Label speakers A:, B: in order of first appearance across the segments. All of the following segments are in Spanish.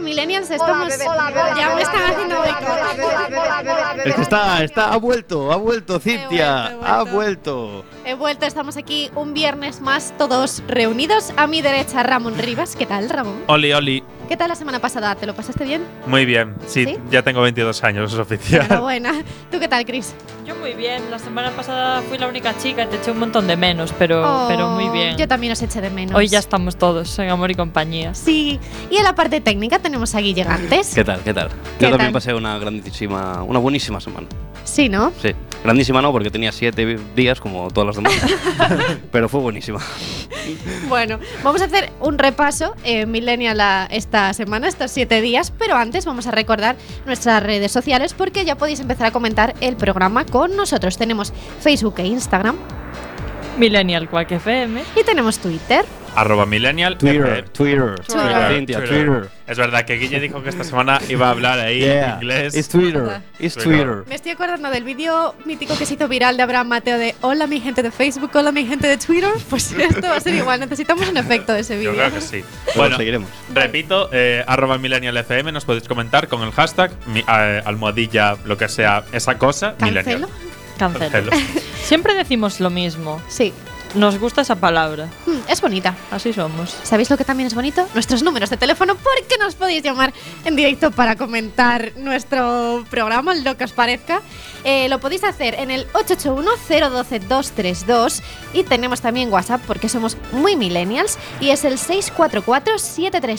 A: millennials estamos. ya me están haciendo boicot.
B: Es que está, está, ha vuelto, ha vuelto Cintia,
A: vuelto, he
B: ha vuelto.
A: He vuelto, estamos aquí un viernes más, todos reunidos. A mi derecha, Ramón Rivas. ¿Qué tal, Ramón?
C: Oli, Oli.
A: ¿Qué tal la semana pasada? ¿Te lo pasaste bien?
C: Muy bien. Sí,
A: ¿Sí?
C: ya tengo 22 años, es oficial.
A: Enhorabuena. ¿Tú qué tal, Chris?
D: Yo muy bien, la semana pasada fui la única chica, y te eché un montón de menos, pero, pero muy
A: Oh,
D: bien.
A: Yo también os eché de menos.
D: Hoy ya estamos todos en amor y compañías.
A: Sí. Y en la parte técnica tenemos a Guille Gantes.
E: ¿Qué tal? ¿Qué tal?
A: ¿Qué tal?
E: Yo también pasé una grandísima, una buenísima semana.
A: Sí, ¿no?
E: Sí, grandísima no, porque tenía siete vi- días como todas las demás, pero fue buenísima.
A: Bueno, vamos a hacer un repaso en Millennial a esta semana, estos siete días, pero antes vamos a recordar nuestras redes sociales porque ya podéis empezar a comentar el programa con nosotros. Tenemos Facebook e Instagram
D: Millennial Quack FM.
A: y tenemos Twitter.
C: Arroba Millennial. FM.
B: Twitter, Twitter,
A: Twitter,
E: Cintia,
B: Twitter.
C: Es verdad que Guille dijo que esta semana iba a hablar ahí
B: Yeah.
C: en inglés.
B: It's Twitter, it's
C: Twitter.
B: Twitter.
A: Me estoy acordando del vídeo mítico que se hizo viral de Abraham Mateo de Hola mi gente de Facebook, hola mi gente de Twitter. Pues esto va a ser igual, necesitamos un efecto de ese
C: Yo
A: vídeo.
C: creo que sí.
E: Pero
C: Bueno,
E: seguiremos.
C: repito, eh, arroba Millennial FM, nos podéis comentar con el hashtag mi- eh, almohadilla, lo que sea, esa cosa,
A: ¿Cancelo?
C: Millennial.
D: Cancelo. Siempre decimos lo mismo.
A: Sí.
D: Nos gusta esa palabra.
A: Mm, Es bonita.
D: Así somos.
A: ¿Sabéis lo que también es bonito? Nuestros números de teléfono, porque nos podéis llamar en directo para comentar nuestro programa, lo que os parezca. Eh, lo podéis hacer en el 881-012-232 y tenemos también WhatsApp porque somos muy millennials y es el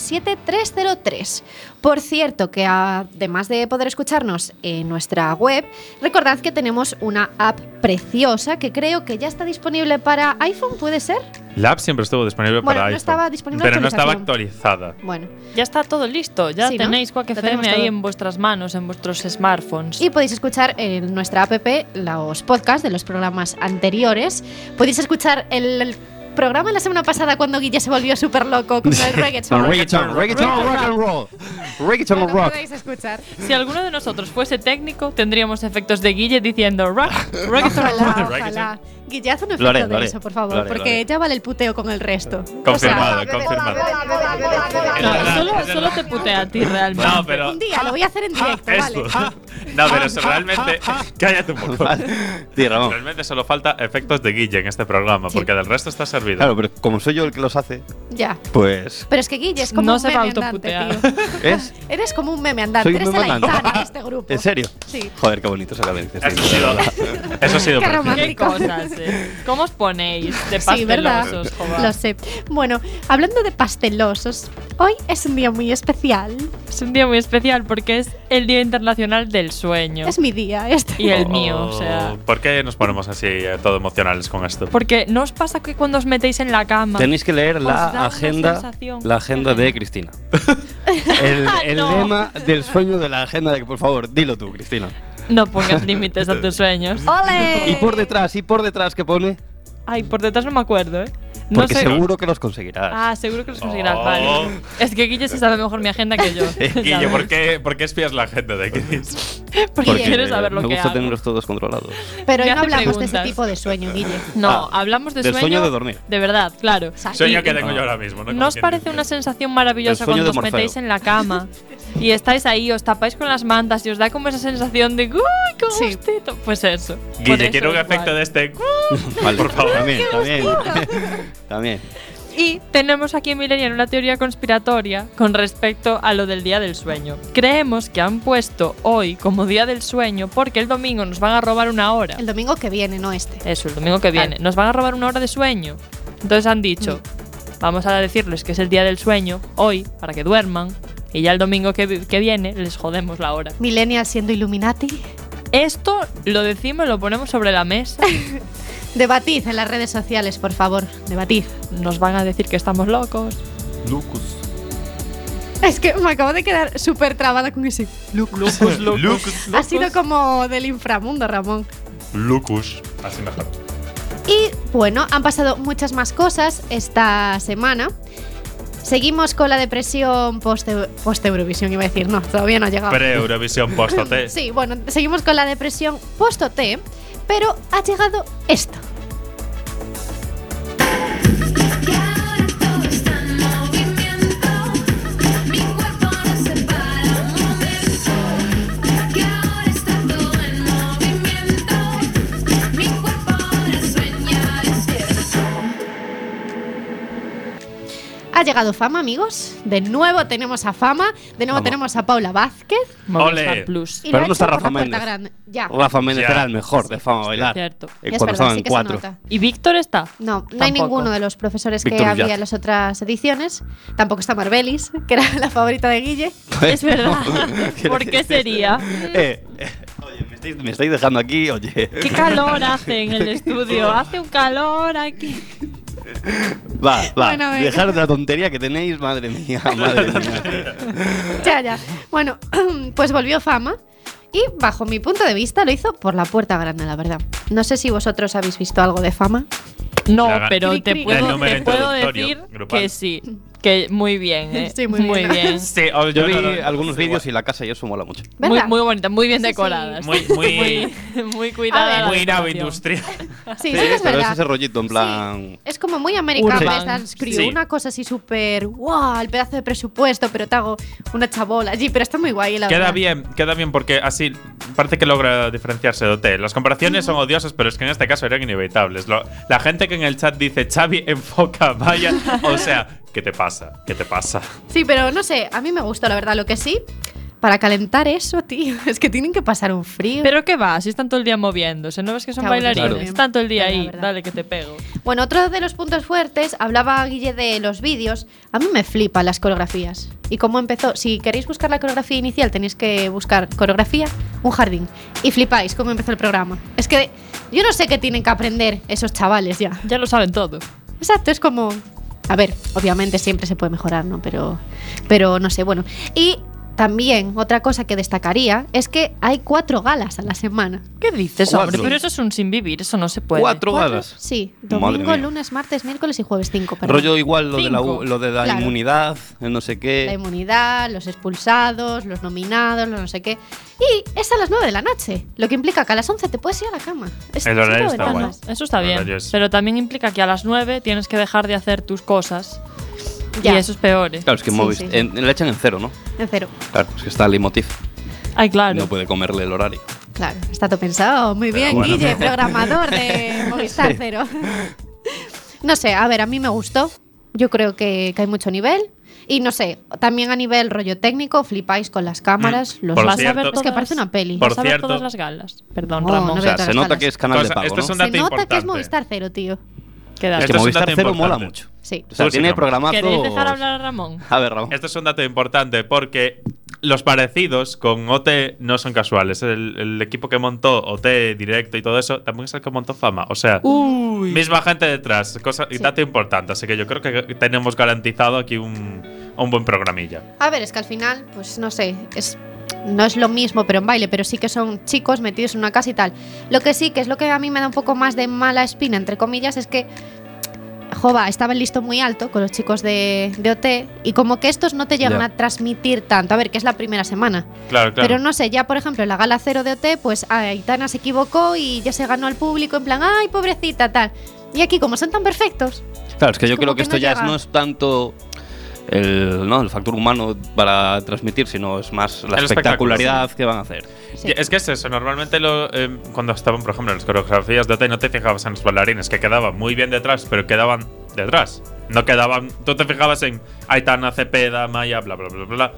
A: 644-737-303. Por cierto, que además de poder escucharnos en nuestra web, recordad que tenemos una app preciosa que creo que ya está disponible para iPhone, ¿puede ser?
C: La app siempre estuvo disponible
A: Bueno,
C: para
A: no
C: iPhone,
A: estaba disponible la
C: Pero no estaba
A: actualización.
C: actualizada.
A: Bueno.
D: Ya está todo listo. Ya
A: Sí, ¿no?
D: tenéis Quack
A: Lo tenemos
D: FM ahí
A: todo.
D: en vuestras manos, en vuestros smartphones.
A: Y podéis escuchar en nuestra app los podcasts de los programas anteriores. Podéis escuchar el, el programa de la semana pasada cuando Guille se volvió súper loco con el reggaeton.
B: Reggaeton, reggaeton, rock and roll. Reggaeton,
A: Lo
D: pues
B: rock.
A: podéis escuchar.
D: si alguno de nosotros fuese técnico, tendríamos efectos de Guille diciendo rock, rock and roll".
A: Ojalá,
C: Reggaeton.
A: ojalá. Guille, haz un efecto
E: Lo haré,
A: de
E: lo haré,
A: eso, por favor,
E: lo haré, lo
A: porque
E: haré.
A: ya vale el puteo con el resto.
C: Confirmado, confirmado. Es
D: No,
C: verdad,
D: solo,
C: es verdad.
D: solo te putea a ti realmente.
C: No, pero.
A: Un día lo voy a hacer
E: Ah,
A: en directo, vale.
C: Eso. No, pero eso realmente. Cállate un poco.
E: Sí, Ramón.
C: Realmente solo falta efectos de Guille en este programa,
A: Sí.
C: porque del resto está servido.
E: Claro, pero como soy yo el que los hace,
A: Ya.
E: pues
A: Pero es que Guille es como
D: No
A: un
D: se
A: meme
D: va a
A: andante,
D: autoputear.
A: tío.
E: es...
A: Eres como un meme andante,
E: Soy un
A: eres
E: meme
A: el
E: andante.
A: Aitana de este grupo.
E: ¿En serio?
A: Sí.
E: Joder, qué bonito esa cadencia.
C: Eso ha sido. Eso ha sido
A: Qué
C: perfecto.
A: romántico.
D: Qué cosas, eh. ¿Cómo os ponéis de
A: Sí, ¿verdad?
D: pastelosos, joder?
A: Lo sé. Bueno, hablando de pastelosos, hoy es un día muy especial.
D: Es un día muy especial porque es el Día Internacional del Sueño.
A: Es mi día este.
D: y el
C: Oh,
D: mío, o sea.
C: ¿Por qué nos ponemos así eh, todo emocionales con esto?
D: Porque no os pasa que cuando os metéis en la cama.
E: Tenéis que leer
D: Os da
E: la
D: una
E: agenda,
D: sensación. Ah,
E: la agenda de Cristina. El, el
D: No.
E: lema del sueño de la agenda de que, por favor, dilo tú, Cristina.
D: No pongas límites a tus sueños.
A: ¡Ole!
E: Y
D: Eh,
E: por detrás, y por detrás, ¿qué pone?
D: Ay, por detrás no me acuerdo, ¿eh? No
E: Porque
D: sé-
E: seguro que los conseguirás.
D: Ah, seguro que los conseguirás,
C: Oh.
D: vale. Es que Guille se sabe mejor mi agenda que yo.
C: Eh, Guille,
D: ¿sabes?
C: ¿por qué, por qué espías la gente de Chris?
D: Porque
A: Porque
D: quieres saber lo
E: me
D: que
E: gusta
D: hago.
E: tenerlos todos controlados.
A: Pero hoy
D: me
A: no
D: hace
A: hablamos de ese
D: preguntas.
A: tipo de sueño, Guille.
D: No,
E: Ah,
D: hablamos de
E: del
D: sueño.
E: sueño de dormir.
D: De verdad, claro.
C: Sueño
D: Y-
C: que tengo
E: No.
C: yo ahora mismo. ¿no?
D: ¿No os
C: Como
D: eh, parece
C: quien
D: una
C: dice.
D: sensación
E: El
D: maravillosa
E: sueño
D: cuando
E: de
D: os
E: Morfeo.
D: metéis en la cama y estáis ahí, os tapáis con las mantas y os da como esa sensación de ¡Uy, qué
A: Sí.
D: gustito! Pues eso. Por
C: Guille,
D: eso
C: quiero un
D: es
C: efecto
D: guay.
C: de este.
E: Vale,
C: Por favor.
E: También, también. también.
D: Y tenemos aquí en Millennial una teoría conspiratoria con respecto a lo del Día del Sueño. Creemos que han puesto hoy como Día del Sueño porque el domingo nos van a robar una hora.
A: El domingo que viene, no este.
D: Eso, el domingo que viene. Nos van a robar una hora de sueño. Entonces han dicho, vamos a decirles que es el día del sueño, hoy, para que duerman. Y ya el domingo que, vi- que viene les jodemos la hora.
A: Millennial siendo Illuminati.
D: Esto lo decimos, lo ponemos sobre la mesa.
A: Debatid en las redes sociales, por favor. Debatid.
D: Nos van a decir que estamos locos.
A: Es que me acabo de quedar súper trabada con ese.
D: Locos, locos.
C: Lucus.
A: Ha sido como del inframundo, Ramón.
C: Lucus. Así mejor.
A: Y bueno, han pasado muchas más cosas esta semana. Seguimos con la depresión post-Eu- post-Eurovisión, iba a decir. No, todavía no ha llegado.
C: Pre-Eurovisión post-OT.
A: Sí, bueno, seguimos con la depresión post-OT, pero ha llegado esto.
F: Y ahora todo está en movimiento. Mi cuerpo no se
A: Ha llegado Fama, amigos. De nuevo tenemos a Fama. De nuevo
E: Vamos.
A: tenemos a Paula Vázquez.
C: Ole.
D: Plus.
A: Y
E: Pero
A: lo ha
E: no está
A: hecho por
E: Rafa
A: la puerta
E: Méndez.
A: grande. Ya.
E: Rafa Méndez
C: Ya.
E: era el mejor de fama bailar.
D: Cierto.
E: Eh,
A: Ya es
E: cuando
A: verdad,
E: estaban
A: sí que se
E: cuatro.
A: nota.
D: ¿Y Víctor está?
A: No, no hay
D: Tampoco.
A: ninguno de los profesores que
E: Víctor
A: había
E: Ullaz.
A: en las otras ediciones. Tampoco está Marbelis, que era la favorita de Guille.
D: Es verdad. ¿Por qué sería?
E: Eh, eh, oye, me estáis, me estáis dejando aquí, oye.
D: ¿Qué calor hace en el estudio? Hace un calor aquí.
E: Va, va.
A: Bueno, venga.
E: Dejaros de la tontería que tenéis, madre mía, madre mía.
A: Ya, ya. Bueno, pues volvió Fama. Y bajo mi punto de vista lo hizo por la puerta grande, la verdad. No sé si vosotros habéis visto algo de Fama.
D: No,
C: La gan-
D: pero
A: Cri,
D: te
A: cri.
C: El
D: puedo,
C: número
D: te puedo
C: introductorio,
D: decir
C: grupal.
D: que sí. Que muy bien, ¿eh?
A: Sí, muy bien.
C: Sí, o-
E: oh, Yo vi
C: no- no-
E: algunos
C: sí,
E: vídeos y la casa y eso mola mucho.
D: Muy,
A: ¿Verdad?
D: muy bonita, muy bien
A: Sí, sí.
D: decorada.
C: Muy- muy-
D: muy, muy cuidada. la
C: Muy nave
D: decoración.
C: industrial.
A: sí, sí, que es
E: Eh, pero
A: verdad.
E: es ese rollito en
A: Sí.
E: plan.
A: Es como muy americano
D: Urban.
A: de Dance Crew,
C: Sí.
A: una cosa así súper guau, el pedazo de presupuesto, pero te hago una chabola allí, pero está muy guay la
C: Queda
A: verdad.
C: bien, queda bien porque así parece que logra diferenciarse de OT. Las comparaciones son odiosas, pero es que en este caso eran inevitables. Lo- la gente que en el chat dice, Xavi, enfoca, vaya. O sea, ¿qué te pasa? ¿Qué te pasa?
A: Sí, pero no sé, a mí me gustó la verdad, lo que sí, para calentar eso, tío, es que tienen que pasar un frío.
D: Pero qué va, si están todo el día moviéndose, no ves que son
A: Claro,
D: bailarines,
A: claro.
D: están todo el día
A: Verdad,
D: ahí,
A: verdad.
D: dale que te pego.
A: Bueno, otro de los puntos fuertes, hablaba Guille de los vídeos, a mí me flipan las coreografías. ¿Y cómo empezó? Si queréis buscar la coreografía inicial, tenéis que buscar coreografía, un jardín. Y flipáis cómo empezó el programa. Es que yo no sé qué tienen que aprender esos chavales ya.
D: Ya lo saben todo.
A: Exacto, es como. A ver, obviamente siempre se puede mejorar, ¿no? Pero, pero no sé, bueno. Y también otra cosa que destacaría es que hay cuatro galas a la semana.
D: ¿Qué dices,
E: Cuatro.
D: hombre? Pero eso es un sin vivir, eso no se puede.
E: Cuatro galas.
A: Sí,
E: Madre
A: domingo,
E: mía.
A: lunes, martes, miércoles y jueves cinco. perdón.
E: Rollo igual lo de la,
D: Cinco.
E: lo de la
A: Claro.
E: inmunidad, el no sé
A: La
E: qué.
A: inmunidad, los expulsados, los nominados, los no sé qué. Y es a las nueve de la noche, lo que implica que a las once te puedes ir a la cama. Es
C: El horario
A: sin
C: está
D: Ah,
A: problemas.
D: no, eso está bien.
C: Rayos.
D: Pero también implica que a las 9 tienes que dejar de hacer tus cosas.
A: Ya,
D: Y eso es peor. ¿eh?
E: Claro, es que
A: Sí,
E: Movis-
A: sí.
E: en- le echan en cero, ¿no?
A: en cero.
E: Claro, es que está Leitmotiv.
D: Ay, claro.
E: No puede comerle el horario.
A: Claro, está todo pensado. Muy bien,
C: bueno.
A: Guille, programador de Movistar Cero. No sé, a ver, a mí me gustó. Yo creo que, que hay mucho nivel. Y no sé, también a nivel rollo técnico, flipáis con las cámaras.
C: Mm,
A: los
D: Pues
C: por
A: vas a
C: cierto-
A: ver, es que parece una peli. Oh,
C: Por
D: Vas a ver
C: cierto-
D: todas las galas. Perdón,
A: No,
D: Ramón.
A: no
E: O
A: veo
E: sea,
A: todas
E: se
A: las
E: nota
A: galas.
E: que es canal de
C: Cosa-
E: pago,
C: esto
E: ¿no?
C: es un
A: Se
C: dato
A: nota que es
C: importante.
A: Movistar Cero, tío.
D: Queda-
E: Es que
C: Esto es un
E: Movistar
C: dato
E: Cero mola
C: importante.
E: mucho.
A: Sí.
E: O sea,
C: Tú sí
E: tiene
C: que mola.
E: programazos…
D: ¿Queréis dejar hablar a Ramón?
E: A ver, Ramón.
C: Este es un dato importante porque los parecidos con OT no son casuales. El, el equipo que montó OT directo y todo eso también es el que montó Fama. O sea,
D: Uy.
C: misma gente detrás. Cosa, y
A: Sí.
C: Dato importante. Así que yo creo que tenemos garantizado aquí un, un buen programilla.
A: A ver, es que al final, pues no sé, es, no es lo mismo, pero en baile, pero sí que son chicos metidos en una casa y tal. Lo que sí, que es lo que a mí me da un poco más de mala espina, entre comillas, es que, jova, estaba el listo muy alto con los chicos de, de OT y como que estos no te llegan
E: Ya.
A: a transmitir tanto. A ver, que es la primera semana.
C: Claro, claro.
A: Pero no sé, ya por ejemplo, en la gala cero de OT, pues Aitana se equivocó y ya se ganó al público en plan, ay, pobrecita, tal. Y aquí, como son tan perfectos,
E: Claro, es que yo
A: como
E: creo que,
A: que
E: esto
A: no
E: ya es-
A: llega.
E: no es tanto el, ¿no? el factor humano para transmitir, sino es más la
C: El espectáculo,
E: espectacularidad que van a hacer.
A: sí.
C: Y Es que es eso, normalmente lo, eh, cuando estaban, por ejemplo, en las coreografías de OT no te fijabas en los bailarines, que quedaban muy bien detrás, pero quedaban detrás. No quedaban. Tú te fijabas en Aitana, Cepeda, Maya, bla, bla, bla, bla. bla.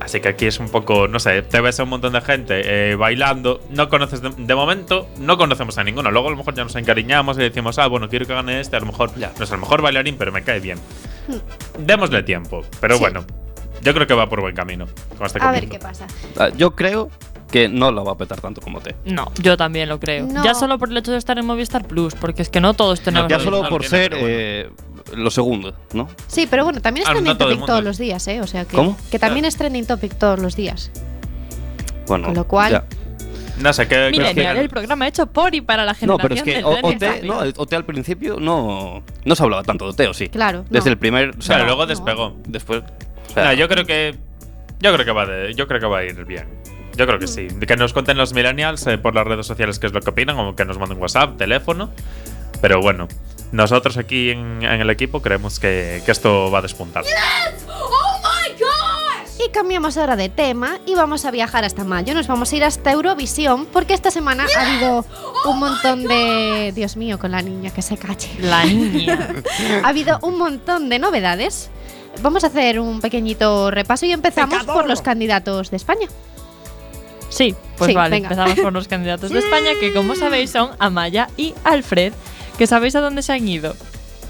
C: Así que aquí es un poco, no sé, te ves a un montón de gente eh, bailando, no conoces, de, de momento no conocemos a ninguno, luego a lo mejor ya nos encariñamos y decimos, ah, bueno, quiero que gane este, a lo mejor
E: Ya.
C: no es el mejor bailarín, pero me cae bien. Démosle tiempo, pero
A: Hmm. Sí.
C: bueno, yo creo que va por buen camino. con este
A: a ver
C: comienzo.
A: qué pasa.
E: Ah, Yo creo que no la va a petar tanto como te.
D: No, yo también lo creo.
A: No.
D: Ya solo por el hecho de estar en Movistar Plus, porque es que no todos tenemos.
E: Ya
C: no,
E: solo
C: no
E: por
C: tiene,
E: ser
C: pero bueno.
E: eh, lo segundo, ¿no?
A: Sí, pero bueno, también es
C: Ah, no
A: trending
C: todo el
A: topic
C: mundo.
A: todos los días, ¿eh? O sea que,
E: ¿Cómo?
A: que también es trending topic todos los días.
E: Bueno,
A: Con lo cual-
E: ya.
C: No sé qué.
D: Millennial, el programa hecho por y para la
E: No,
D: generación
E: pero es que
D: del
E: o-
D: Millennial.
E: OT, no, el OT al principio no, no se hablaba tanto de OT, ¿o sí?
A: Claro,
E: Desde
A: no.
E: el primer. O sea,
C: Pero luego
A: no.
C: despegó.
E: Después. o sea,
C: No, yo creo que. Yo creo que va de- yo creo que va a ir bien. Yo
E: Mm.
C: creo que sí. Que nos conten los millennials eh, por las redes sociales qué es lo que opinan o que nos manden WhatsApp, teléfono. Pero bueno, nosotros aquí en, en el equipo creemos que, que esto va a despuntar.
A: ¿Y que cambiamos ahora de tema y vamos a viajar hasta mayo. Nos vamos a ir hasta Eurovisión porque esta semana ha habido un montón de. Dios mío, con la niña que se calle.
D: La niña.
A: Ha habido un montón de novedades. Vamos a hacer un pequeñito repaso y empezamos por los candidatos de España.
D: Sí, pues
A: Sí,
D: vale,
A: venga.
D: empezamos por los candidatos de España, que como sabéis son Amaya y Alfred, que sabéis a dónde se han ido.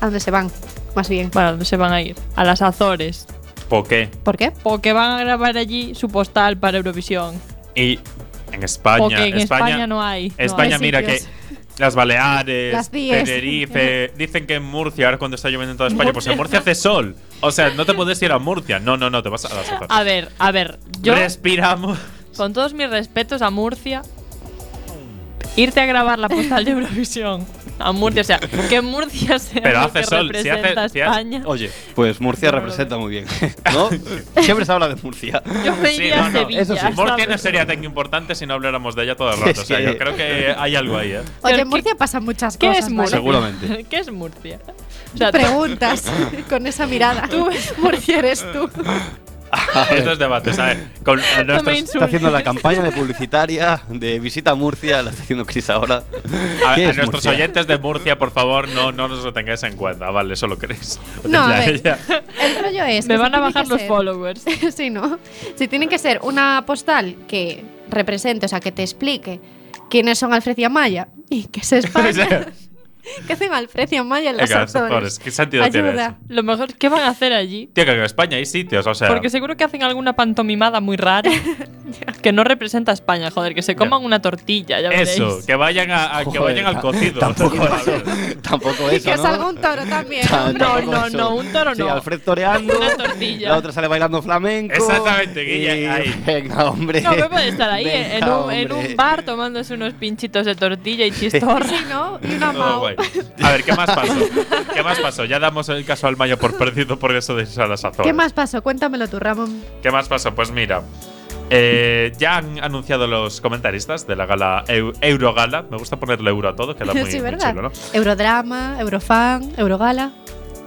A: ¿A dónde se van? Más bien.
D: Bueno, ¿a dónde se van a ir? A las Azores,
C: ¿Por qué?
A: ¿Por qué?
D: porque van a grabar allí su postal para Eurovisión.
C: Y en España.
D: Porque en España,
C: España
D: no hay. no
C: España,
D: hay.
C: mira que
A: sitios.
C: las Baleares,
A: Las diez.
C: Tenerife, dicen que en Murcia, ahora cuando está lloviendo en toda España, pues en Murcia hace sol. O sea, no te puedes ir a Murcia. No, no, no, te vas a las Azores.
D: A ver, a ver, yo
C: Respiramos.
D: con todos mis respetos a Murcia, irte a grabar la postal de Eurovisión a Murcia, o sea, que Murcia sea
C: Pero
D: lo
C: hace
D: que
C: sol. Si hace,
D: representa a
C: si hace-
D: España.
C: Oye,
E: Pues Murcia
D: No, no,
E: representa muy bien, ¿no? Siempre se habla de Murcia.
D: Yo me
C: sí,
D: iría
C: no,
D: a
C: no,
D: Sevilla.
E: eso sí.
D: ¿sabes?
C: Murcia no sería tan importante si no habláramos de ella todo el rato. O sea,
E: Sí.
C: yo creo que hay algo ahí, ¿eh?
A: Oye,
D: ¿qué-
A: en Murcia pasan muchas
D: ¿Qué
A: cosas.
D: es Murcia?
A: ¿vale?
E: Seguramente.
D: ¿Qué es Murcia? O
A: Te
D: sea,
A: Preguntas con esa mirada. Tú, Murcia, eres tú.
C: Estos debates, ¿sabes? Con eh,
D: no me
C: nuestros,
E: Está haciendo la
D: insultes.
E: campaña de publicitaria de visita a Murcia, la está haciendo Chris ahora.
C: a,
E: ¿Qué
C: a
E: es
C: nuestros
E: Murcia?
C: oyentes de Murcia, por favor, no, no nos lo tengáis en cuenta. Vale, eso lo queréis.
A: No, a
C: Ya,
A: ver.
C: ya.
A: El rollo es.
D: Me
A: que
D: van
A: si tiene
D: a bajar
A: que
D: los
A: ser-
D: followers.
A: sí, ¿no? Si tiene que ser una postal que represente, o sea, que te explique quiénes son Alfred y Amaya y que se
C: O sea,
A: España. ¿Qué hacen Alfred y Amaya en las
C: Venga,
A: Azores?
C: Azores, ¿qué sentido tiene
A: Ayuda.
C: eso?
D: Lo mejor, ¿qué van a hacer allí?
C: Tío, que en España hay sitios, o sea.
D: Porque seguro que hacen alguna pantomimada muy rara que no representa a España, joder, que se coman una tortilla, ya veréis.
C: Eso, que vayan, a, a- que vayan al
E: Joder,
C: cocido.
E: Tampoco eso, tampoco
A: Y
E: eso,
A: que
E: ¿no?
A: salga un toro también.
E: Ta-
D: No,
E: tampoco
D: no,
E: eso.
D: no, un toro
E: Sí,
D: no.
E: Alfred toreando,
D: Una tortilla.
E: la otra sale bailando flamenco.
C: Exactamente, Guille,
E: y-
C: ahí.
E: Venga, hombre.
D: No, me puede estar ahí eh,
E: Venga,
D: en, un, en
E: hombre.
D: un bar tomándose unos pinchitos de tortilla y chistorra.
A: Sí, ¿no? Y una
C: Todo
A: mao.
C: guay. A ver, ¿qué más pasó? ¿Qué más pasó? Ya damos el caso al Mayo por perdido por eso de irse a las Azores.
A: ¿Qué más pasó? Cuéntamelo tú, Ramón.
C: ¿Qué más pasó? Pues mira. eh, ya han anunciado los comentaristas de la gala Eu- Eurogala. Me gusta ponerle euro a todo, queda muy,
A: sí,
C: muy
A: ¿verdad?
C: chulo, ¿no?
A: Eurodrama, Eurofan, Eurogala.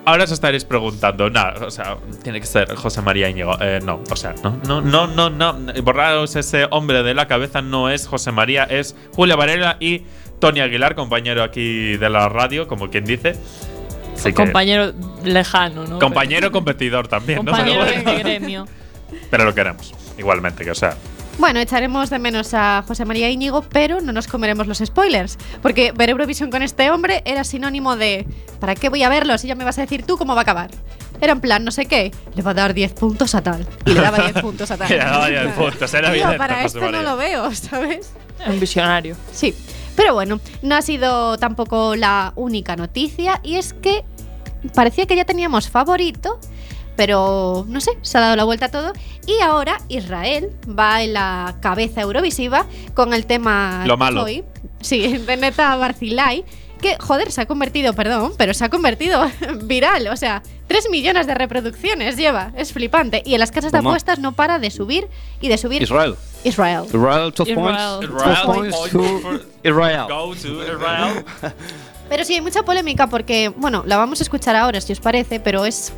C: Ahora os estaréis preguntando, nada, o sea, tiene que ser José María Íñigo. Eh, no, o sea, no, no, no, no, no. Borraros ese hombre de la cabeza, no es José María, es Julia Varela y Tony Aguilar, compañero aquí de la radio, como quien dice. Así que-
D: Compañero lejano, ¿no?
C: compañero competidor
D: Pero-
C: también, ¿no? Pero,
D: compañero
C: bueno,
D: de gremio.
C: pero lo queremos, igualmente, que o sea.
A: Bueno, echaremos de menos a José María Íñigo, pero no nos comeremos los spoilers. Porque ver Eurovisión con este hombre era sinónimo de ¿para qué voy a verlo si ya me vas a decir tú cómo va a acabar? Era en plan, no sé qué, le va a dar 10 puntos a tal. Y le daba 10 puntos a tal.
C: Le daba 10 puntos, era
A: Digo,
C: evidente,
A: Para
C: José
A: esto no
C: María.
A: lo veo, ¿sabes?
D: Un visionario.
A: Sí, pero bueno, no ha sido tampoco la única noticia y es que parecía que ya teníamos favorito, pero no sé, se ha dado la vuelta a todo y ahora Israel va en la cabeza eurovisiva con el tema
C: Lo malo.
A: Toy, sí, de Neta Barcilai. Que, joder, se ha convertido, perdón, pero se ha convertido viral. O sea, 3 millones de reproducciones lleva. Es flipante. Y en las casas de
E: Toma.
A: apuestas no para de subir y de subir
E: Israel.
A: Israel.
E: Israel, 12
D: Israel.
E: points.
C: Israel,
E: 12 points to
C: point.
E: Israel.
C: Go to Israel.
A: Pero sí, hay mucha polémica porque, bueno, la vamos a escuchar ahora si os parece, pero es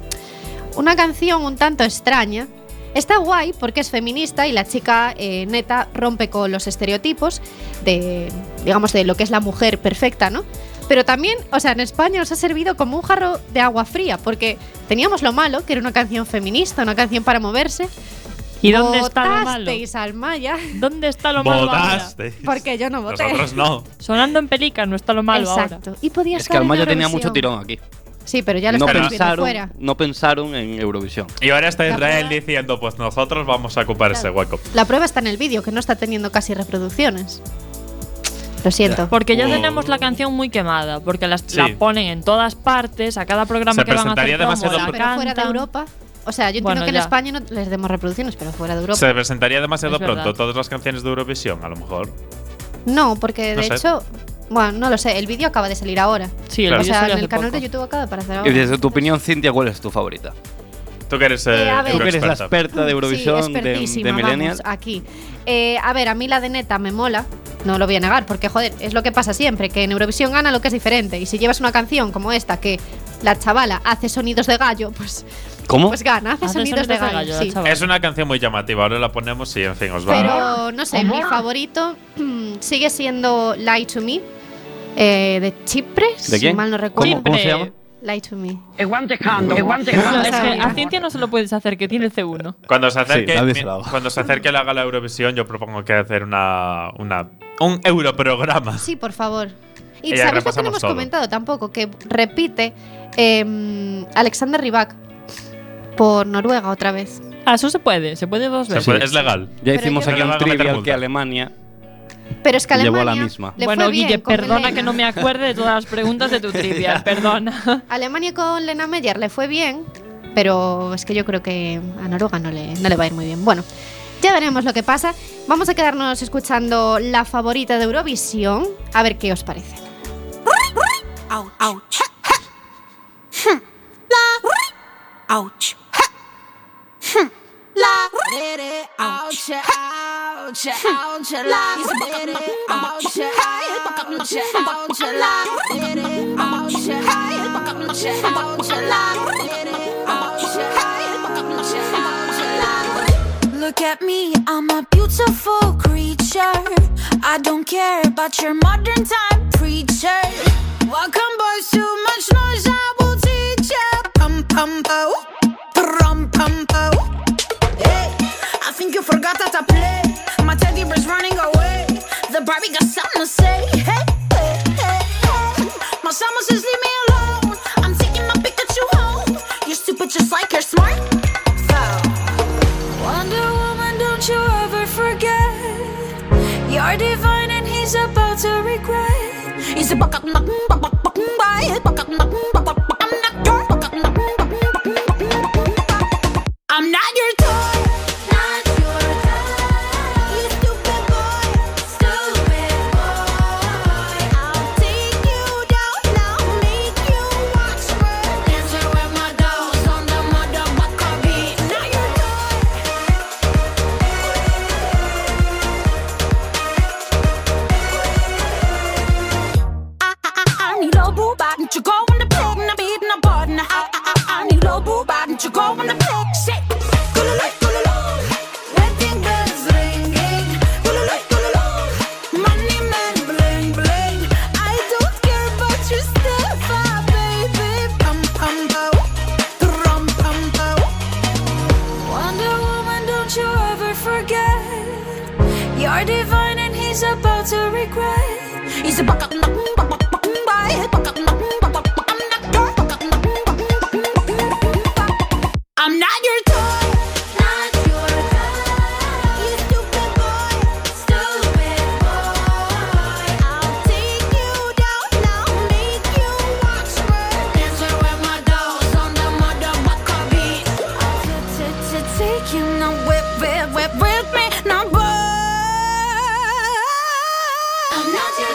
A: una canción un tanto extraña. Está guay porque es feminista y la chica eh, neta rompe con los estereotipos de, digamos, de lo que es la mujer perfecta, ¿no? Pero también, o sea, en España nos ha servido como un jarro de agua fría porque teníamos lo malo, que era una canción feminista, una canción para moverse.
D: ¿Y dónde está lo malo?
A: Votasteis al Maya,
D: ¿Dónde está lo malo ahora?
C: Votaste.
A: porque yo no voté.
C: Nosotros no.
D: Sonando en pelica, no está lo malo
A: Exacto. Y podía
E: Es que
A: estar en
E: Almaya tenía
A: Eurovisión.
E: mucho tirón aquí.
A: Sí, pero ya lo
E: No
A: estamos viendo
E: pensaron,
A: fuera.
E: no pensaron en Eurovisión.
C: Y ahora está
A: La
C: Israel
A: prueba-
C: diciendo, pues nosotros vamos a ocupar ese hueco.
A: La prueba está en el vídeo, que no está teniendo casi reproducciones. Lo siento.
D: ahora. Porque ya
C: Oh.
D: tenemos la canción muy quemada, porque las,
C: Sí.
D: la ponen en todas partes, a cada programa
C: Se
D: que van a hacer
C: presentaría
D: promo,
C: demasiado
D: la
C: por-
A: Ah, Pero fuera de
D: cantan.
A: Europa. O sea, yo
D: Bueno,
A: entiendo que
D: ya.
A: en España no les demos reproducciones, pero fuera de Europa.
C: Se presentaría demasiado
D: Es verdad.
C: pronto todas las canciones de Eurovisión, a lo mejor.
A: No, porque
C: No
A: de
C: sé.
A: hecho. Bueno, no lo sé. El vídeo acaba de salir ahora.
D: Sí, el
C: Claro.
A: O
D: vídeo
A: sea,
D: salió
A: en
D: hace
A: el canal
D: poco.
A: de YouTube acaba para hacer
E: Y
A: ahora.
E: desde tu opinión, Cintia, ¿cuál es tu favorita?
C: Tú que eres, eh,
A: Eh, a ver.
E: Tú que eres la
C: euroexperta.
E: experta de
A: Sí,
E: Eurovisión de,
A: expertísima,
E: de
A: vamos,
E: Millennial.
A: aquí. Eh, a ver, a mí la de neta me mola. No lo voy a negar, porque joder, es lo que pasa siempre, que en Eurovisión gana lo que es diferente. Y si llevas una canción como esta, que la chavala hace sonidos de gallo, pues,
E: ¿Cómo?
A: pues gana, hace, sonidos, de gallo. sí.
D: chaval.
C: Es una canción muy llamativa, ahora la ponemos y en fin, os va a...
A: Pero no sé, mi favorito mm, sigue siendo Lie to Me, eh, de Chipre,
E: ¿De
A: si
E: quién?
A: mal no
B: ¿Cómo,
A: recuerdo.
B: cómo se llama?
A: Lie to Me.
D: No, es que
A: Sabía.
D: a Cintia no se lo puedes hacer, que tiene el C1.
C: Cuando se acerque,
B: Sí, nadie
C: mi-
B: se la va.
C: cuando se acerque la gala Eurovisión, yo propongo que hacer una, una un europrograma.
A: Sí, por favor. Y sabes lo que
C: Ya
A: no
C: repasamos
A: hemos
C: todo.
A: comentado tampoco, que repite eh, Alexander Rybak por Noruega otra vez.
D: Ah, eso se puede, se puede dos
C: Se
D: veces.
C: puede- es legal.
E: Ya
A: Pero
E: hicimos
A: yo-
E: aquí
C: Pero
E: un
C: van a meter
E: trivial
C: multa.
E: que Alemania.
A: Pero es que
E: Llevó
A: Alemania
E: a la misma.
A: le
D: bueno,
A: fue bien
D: Guille,
A: con
D: perdona
A: Lena.
D: que no me acuerde de todas las preguntas de tu trivia, perdona.
A: Alemania con Lena Meyer le fue bien, pero es que yo creo que a Noruega no le, no le va a ir muy bien. Bueno, ya veremos lo que pasa. Vamos a quedarnos escuchando la favorita de Eurovisión, a ver qué os parece.
F: Ouch. Ouch. Hmm. La. Ouch. Hmm. La. Ouch. Ouch. Ouch. La. Ouch. Ouch. Ouch. La. Ouch. Ouch. Ouch. Look at me, I'm a beautiful creature. I don't care about your modern time preacher. Welcome, boys, too much noise, I will teach ya. Pum pum pow, pum pum pow. Hey, I think you forgot that I play. My teddy bear's running away. The Barbie got something to say. Hey, hey, hey, hey. My summer says leave me alone. I'm taking my Pikachu home. You're stupid just like you're smart. Foul. Wonder Woman, don't you ever forget You're divine and he's about to regret He's a buck- buck- buck- buck- buck- buck- buck- buck- buck- buck- buck- I'm not your buck- buck- buck- buck- buck- buck- buck- I'm not your toy Not your toy You stupid boy Stupid boy I'll take you down Now make you watch me Dancing with my dolls on the motherfucker beat Not your toy I need a boo bot and you go on the plug and I'm eating a bud and I, I, I, I need a boo bot and you go on the plug shit. Gululu, gululu, wedding bells ringing. Gululu, gululu, money man bling bling. I don't care about your stuff, ah, baby. Pum pum bow, drum pum bow. Wonder Woman, don't you ever forget You're divine and he's about to regret He's a buck- buck- buck- buck- buck- buck- buck- buck- buck- buck- I'm not your buck- buck- buck- buck- buck- I'm not your toy Not your toy You stupid boy Stupid boy I'll take you down Now make you watch me Dancing with my dolls on the motherfucker beat Taking a whip, whip, whip with me now, boy. I'm not your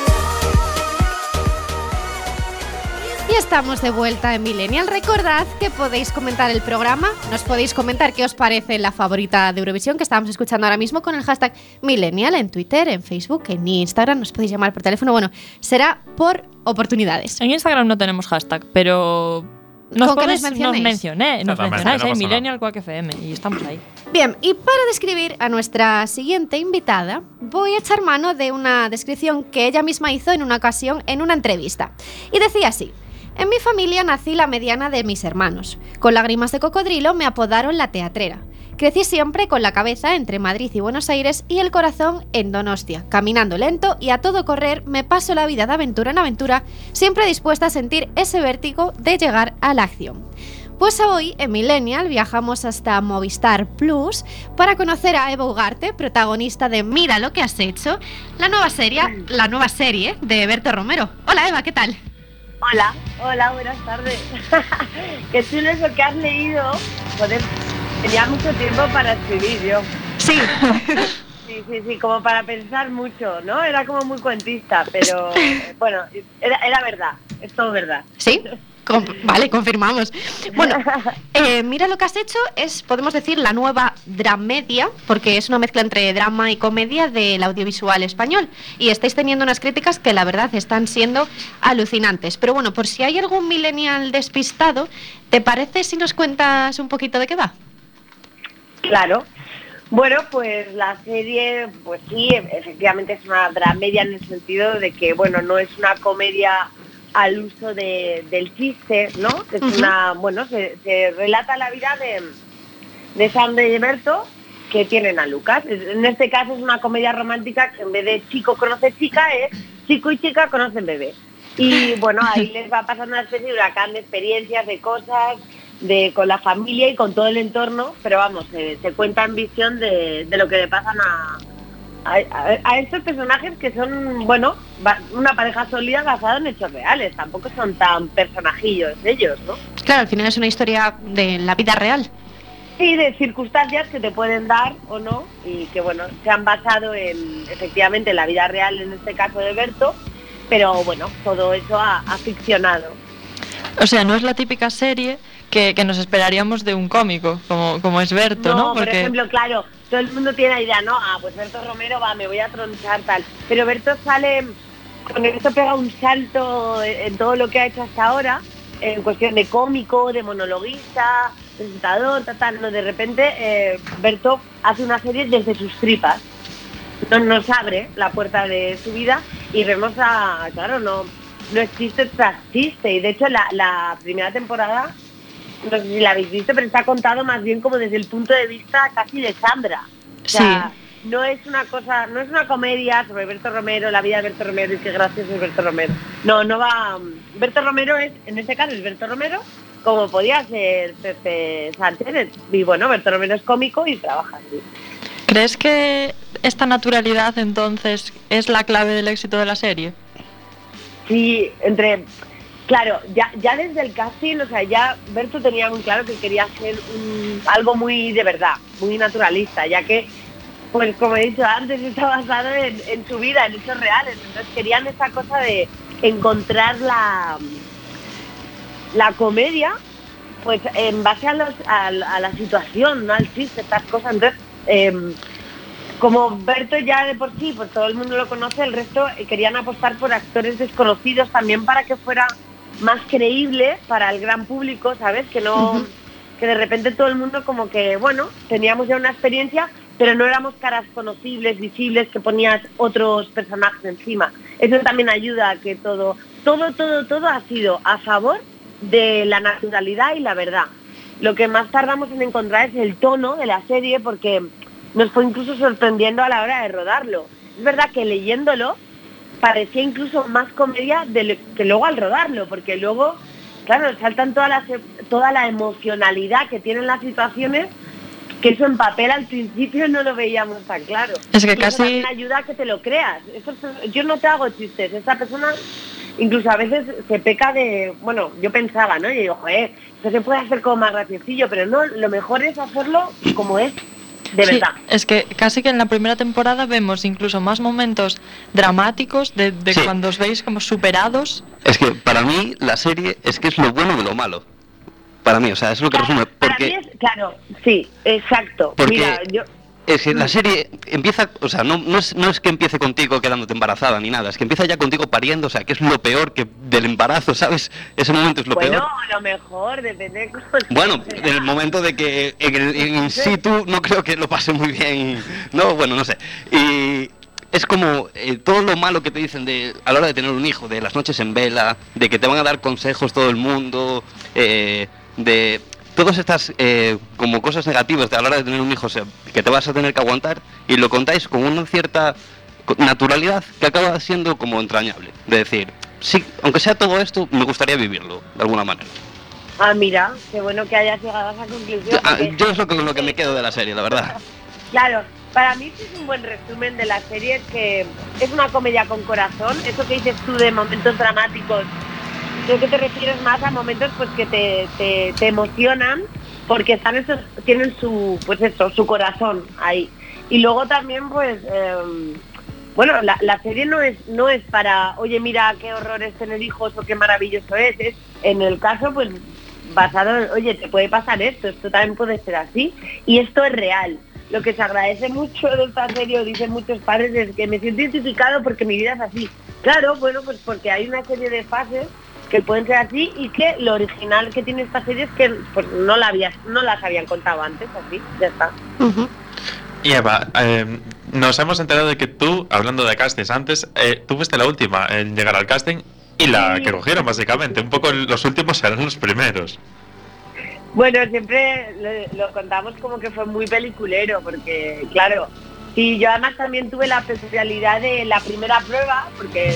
A: Y estamos de vuelta en Millennial. Recordad que podéis comentar el programa, nos podéis comentar qué os parece la favorita de Eurovisión que estábamos escuchando ahora mismo con el hashtag Millennial en Twitter, en Facebook, en Instagram. Nos podéis llamar por teléfono. Bueno, será por oportunidades.
D: En Instagram no tenemos hashtag, pero nos,
A: Con que
D: podéis-
A: nos mencionéis.
D: nos mencioné- nos
C: Totalmente,
D: mencionáis,
C: Pues no
D: ¿eh?
C: pasa nada.
D: Millennial Quack FM, y estamos ahí.
A: Bien, y para describir a nuestra siguiente invitada, voy a echar mano de una descripción que ella misma hizo en una ocasión en una entrevista. Y decía así. En mi familia nací la mediana de mis hermanos. Con lágrimas de cocodrilo me apodaron la teatrera. Crecí siempre con la cabeza entre Madrid y Buenos Aires y el corazón en Donostia, caminando lento y a todo correr me paso la vida de aventura en aventura, siempre dispuesta a sentir ese vértigo de llegar a la acción. Pues hoy, en Millennial, viajamos hasta Movistar Plus para conocer a Eva Ugarte, protagonista de Mira lo que has hecho, la nueva serie, la nueva serie de Berto Romero. Hola Eva, ¿qué tal?
G: Hola, hola, buenas tardes. Qué chulo es lo que has leído. Joder, tenía mucho tiempo para escribir yo.
A: Sí,
G: Sí, sí, sí, como para pensar mucho, ¿no? Era como muy cuentista, pero eh, bueno, era, era verdad, es todo verdad.
A: sí. Com- vale, confirmamos. Bueno, eh, mira lo que has hecho, es, podemos decir, la nueva dramedia, porque es una mezcla entre drama y comedia del audiovisual español. Y estáis teniendo unas críticas que la verdad están siendo alucinantes. Pero bueno, por si hay algún millennial despistado, ¿te parece si nos cuentas un poquito de qué va?
G: Claro. Bueno, pues la serie, pues sí, e- efectivamente es una dramedia en el sentido de que, bueno, no es una comedia al uso de- del chiste, ¿no? Que Es
A: Ujú.
G: una, bueno, se, se relata la vida de, de Sandra y Berto que tienen a Lucas. Es- En este caso es una comedia romántica que en vez de chico conoce chica es chico y chica conocen bebé. Y bueno, ahí les va pasando una especie de huracán de experiencias, de cosas, de con la familia y con todo el entorno, pero vamos, se, se cuenta en visión de, de lo que le pasan a, a, a- a estos personajes que son, bueno, ba- una pareja sólida basada en hechos reales, tampoco son tan personajillos ellos, ¿no?
A: Claro, al final es una historia de la vida real.
G: Sí, de circunstancias que te pueden dar o no y que bueno, se han basado en efectivamente en la vida real, en este caso de Berto, pero bueno, todo eso ha, ha ficcionado.
D: O sea, no es la típica serie que, que nos esperaríamos de un cómico, como, como es Berto, ¿no?
G: por ejemplo, claro, todo el mundo tiene la idea, ¿no? Ah, pues Berto Romero va, me voy a tronchar tal. Pero Berto sale, con esto pega un salto en en todo lo que ha hecho hasta ahora, en cuestión de cómico, de monologuista, presentador, tal, tal. No, de repente eh, Berto hace una serie desde sus tripas. No, nos abre la puerta de su vida y vemos a, claro, no, no existe tras chiste. Y de hecho la, la primera temporada no sé si la habéis visto, pero está contado más bien como desde el punto de vista casi de Sandra. O sea, no es una cosa, no es una comedia sobre Berto Romero, la vida de Berto Romero y qué gracioso es Berto Romero. No, no va. Berto Romero es, en este caso es Berto Romero, como podía ser Pepe Sánchez. Y bueno, Berto Romero es cómico y trabaja así.
D: ¿Crees que esta naturalidad entonces es la clave del éxito de la serie?
G: Sí, entre. Claro, ya, ya desde el casting, o sea, ya Berto tenía muy claro que quería hacer un- algo muy de verdad, muy naturalista, ya que, pues como he dicho antes, está basado en, en su vida, en hechos reales. Entonces querían esa cosa de encontrar la, la comedia, pues en base a, los- a, a la situación, no al chiste, estas cosas. Entonces, em, como Berto ya de por sí, pues todo el mundo lo conoce, el resto eh, querían apostar por actores desconocidos también para que fuera más creíble para el gran público, ¿sabes? Que no, que de repente todo el mundo como que, bueno, teníamos ya una experiencia, pero no éramos caras conocibles, visibles, que ponías otros personajes encima. Eso también ayuda a que todo, todo, todo, todo ha sido a favor de la naturalidad y la verdad. Lo que más tardamos en encontrar es el tono de la serie porque nos fue incluso sorprendiendo a la hora de rodarlo. Es verdad que leyéndolo parecía incluso más comedia de lo- que luego al rodarlo, porque luego, claro, saltan toda la, toda la emocionalidad que tienen las situaciones, que eso en papel al principio no lo veíamos tan claro.
D: Es que
G: Y eso
D: casi-
G: también ayuda a que te lo creas. Esto es- yo no te hago chistes, esta persona incluso a veces se peca de, bueno, yo pensaba, ¿no? Yo digo, joder, esto se puede hacer como más graciosillo, pero no, lo mejor es hacerlo como es, de
D: Sí,
G: verdad.
D: Es que casi que en la primera temporada vemos incluso más momentos dramáticos de, de
E: Sí.
D: cuando os veis como superados.
E: Es que para mí la serie es que es lo bueno de lo malo. Para mí, o sea, es lo que resume.
G: Para
E: Porque
G: mí es- claro, sí, exacto.
E: Porque-
G: Mira, yo,
E: Es que la serie empieza, o sea, no, no, es, no es que empiece contigo quedándote embarazada ni nada, es que empieza ya contigo pariendo, o sea, que es lo peor que del embarazo, ¿sabes? Ese momento es lo
G: bueno,
E: peor.
G: a lo mejor, depende de cómo-
E: Bueno, en el momento de que en, el- en in situ no creo que lo pase muy bien, no, bueno, no sé. Y es como eh, todo lo malo que te dicen de, a la hora de tener un hijo, de las noches en vela, de que te van a dar consejos todo el mundo, eh, de todas estas eh, como cosas negativas de a la hora de tener un hijo, o sea, que te vas a tener que aguantar y lo contáis con una cierta co- naturalidad que acaba siendo como entrañable, de decir, sí, aunque sea todo esto, me gustaría vivirlo de alguna manera.
G: Ah, mira, qué bueno que hayas llegado a esa conclusión.
E: Ah,
G: porque-
E: Yo es lo que, lo que me quedo de la serie, la verdad.
G: Claro, para mí sí es un buen resumen de la serie, es que es una comedia con corazón, eso que dices tú de momentos dramáticos, creo que te refieres más a momentos pues que te, te- te emocionan porque están esos, tienen su pues eso, su corazón ahí. Y luego también pues eh, bueno, la, la serie no es, no es para, oye, mira qué horror es tener hijos o qué maravilloso es, es en el caso, pues, basado en, oye, te puede pasar esto, esto también puede ser así, y esto es real. Lo que se agradece mucho de esta serie, o dicen muchos padres, es que me siento identificado porque mi vida es así. Claro, bueno, pues porque hay una serie de fases que pueden ser así y que lo original que tiene esta serie es que pues, no, la había, no las habían contado antes, así, ya está.
C: Y Eva, eh, nos hemos enterado de que tú, hablando de castings antes, eh, tú fuiste la última en llegar al casting y la
G: Sí.
C: que cogieron, básicamente. Un poco los últimos serán los primeros.
G: Bueno, siempre lo, lo contamos como que fue muy peliculero, porque claro, y yo además también tuve la peculiaridad de la primera prueba, porque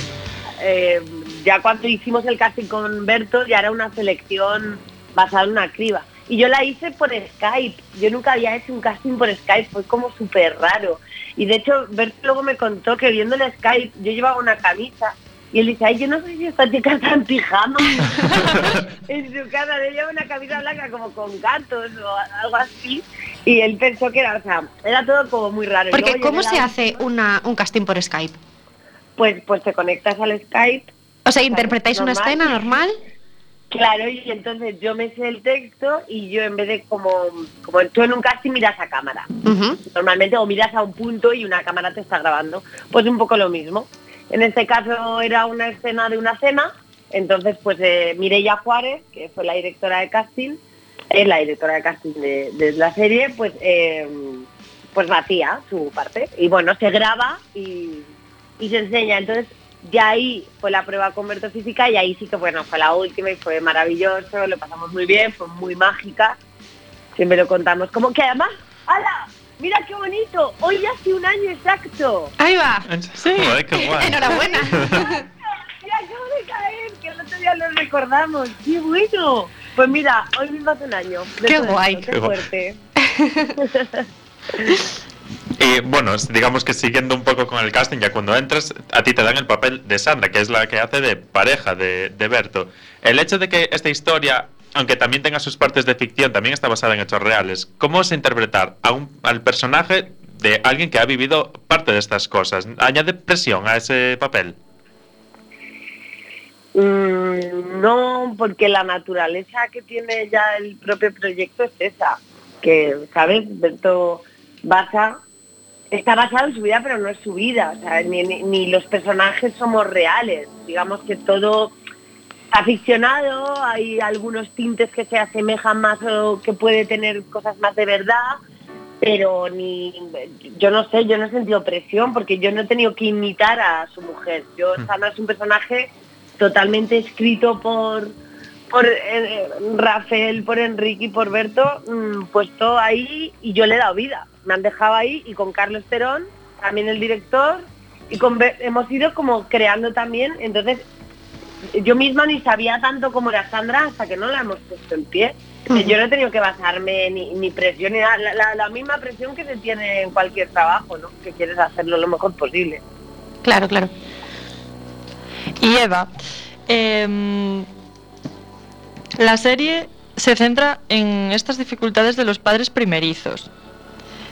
G: eh, ya cuando hicimos el casting con Berto ya era una selección basada en una criba. Y yo la hice por Skype, yo nunca había hecho un casting por Skype, fue como súper raro. Y de hecho Berto luego me contó que viendo el Skype yo llevaba una camisa y él dice, ay, yo no sé si esta chica está en pijama. en su cara, le lleva una camisa blanca como con gatos o algo así. Y él pensó que era, o sea, era todo como muy raro. Y
A: Porque
G: luego
A: ¿cómo
G: llegué
A: se
G: a-
A: hace una, un casting por Skype?
G: Pues, pues te conectas al Skype
A: O sea, interpretáis una
G: normal.
A: escena normal.
G: Claro, y entonces yo me sé el texto y yo en vez de como, como tú en un casting miras a cámara,
A: Ujú.
G: normalmente o miras a un punto y una cámara te está grabando, pues un poco lo mismo. En este caso era una escena de una cena, entonces pues eh, Mireia Juárez, que fue la directora de casting, es la directora de casting de, de la serie, pues eh, pues batía su parte y bueno, se graba y, y se enseña. Entonces ya ahí fue la prueba con Berto Física y ahí sí que bueno, fue la última y fue maravilloso, lo pasamos muy bien, fue muy mágica, siempre lo contamos. Como que además, ¡hala! ¡Mira qué bonito! Hoy hace un año exacto.
A: Ahí va.
C: Sí. Joder, qué guay.
A: Enhorabuena.
G: Me acabo de caer, que el otro día lo recordamos. ¡Qué bueno! Pues mira, hoy mismo hace un año. de
A: Qué
G: todo
A: guay.
G: esto,
C: Qué
G: ¡Qué
C: guay.
G: fuerte!
C: Y bueno, digamos que siguiendo un poco con el casting, ya cuando entras, a ti te dan el papel de Sandra, que es la que hace de pareja de, de Berto. El hecho de que esta historia, aunque también tenga sus partes de ficción, también está basada en hechos reales. ¿Cómo es interpretar a un, al personaje de alguien que ha vivido parte de estas cosas? ¿Añade presión a ese papel?
G: Mm, no, porque la naturaleza que tiene ya el propio proyecto es esa, que, ¿sabes? Berto basa, está basado en su vida, pero no es su vida, o sea, ni, ni- ni los personajes somos reales, digamos que todo está ficcionado, hay algunos tintes que se asemejan más o que puede tener cosas más de verdad, pero ni yo no sé, yo no he sentido presión porque yo no he tenido que imitar a su mujer. Yo Sandra es un personaje totalmente escrito por por eh, eh, Rafael, por Enrique y por Berto, mm, puesto ahí y yo le he dado vida. Me han dejado ahí y con Carlos Terón, también el director, y con Be- hemos ido como creando también, entonces yo misma ni sabía tanto como era Sandra hasta que no la hemos puesto en pie. Yo no he tenido que basarme ni, ni presión, ni nada, la, la- la misma presión que se tiene en cualquier trabajo, ¿no? Que quieres hacerlo lo mejor posible.
A: Claro, claro.
D: Y Eva, em, la serie se centra en estas dificultades de los padres primerizos.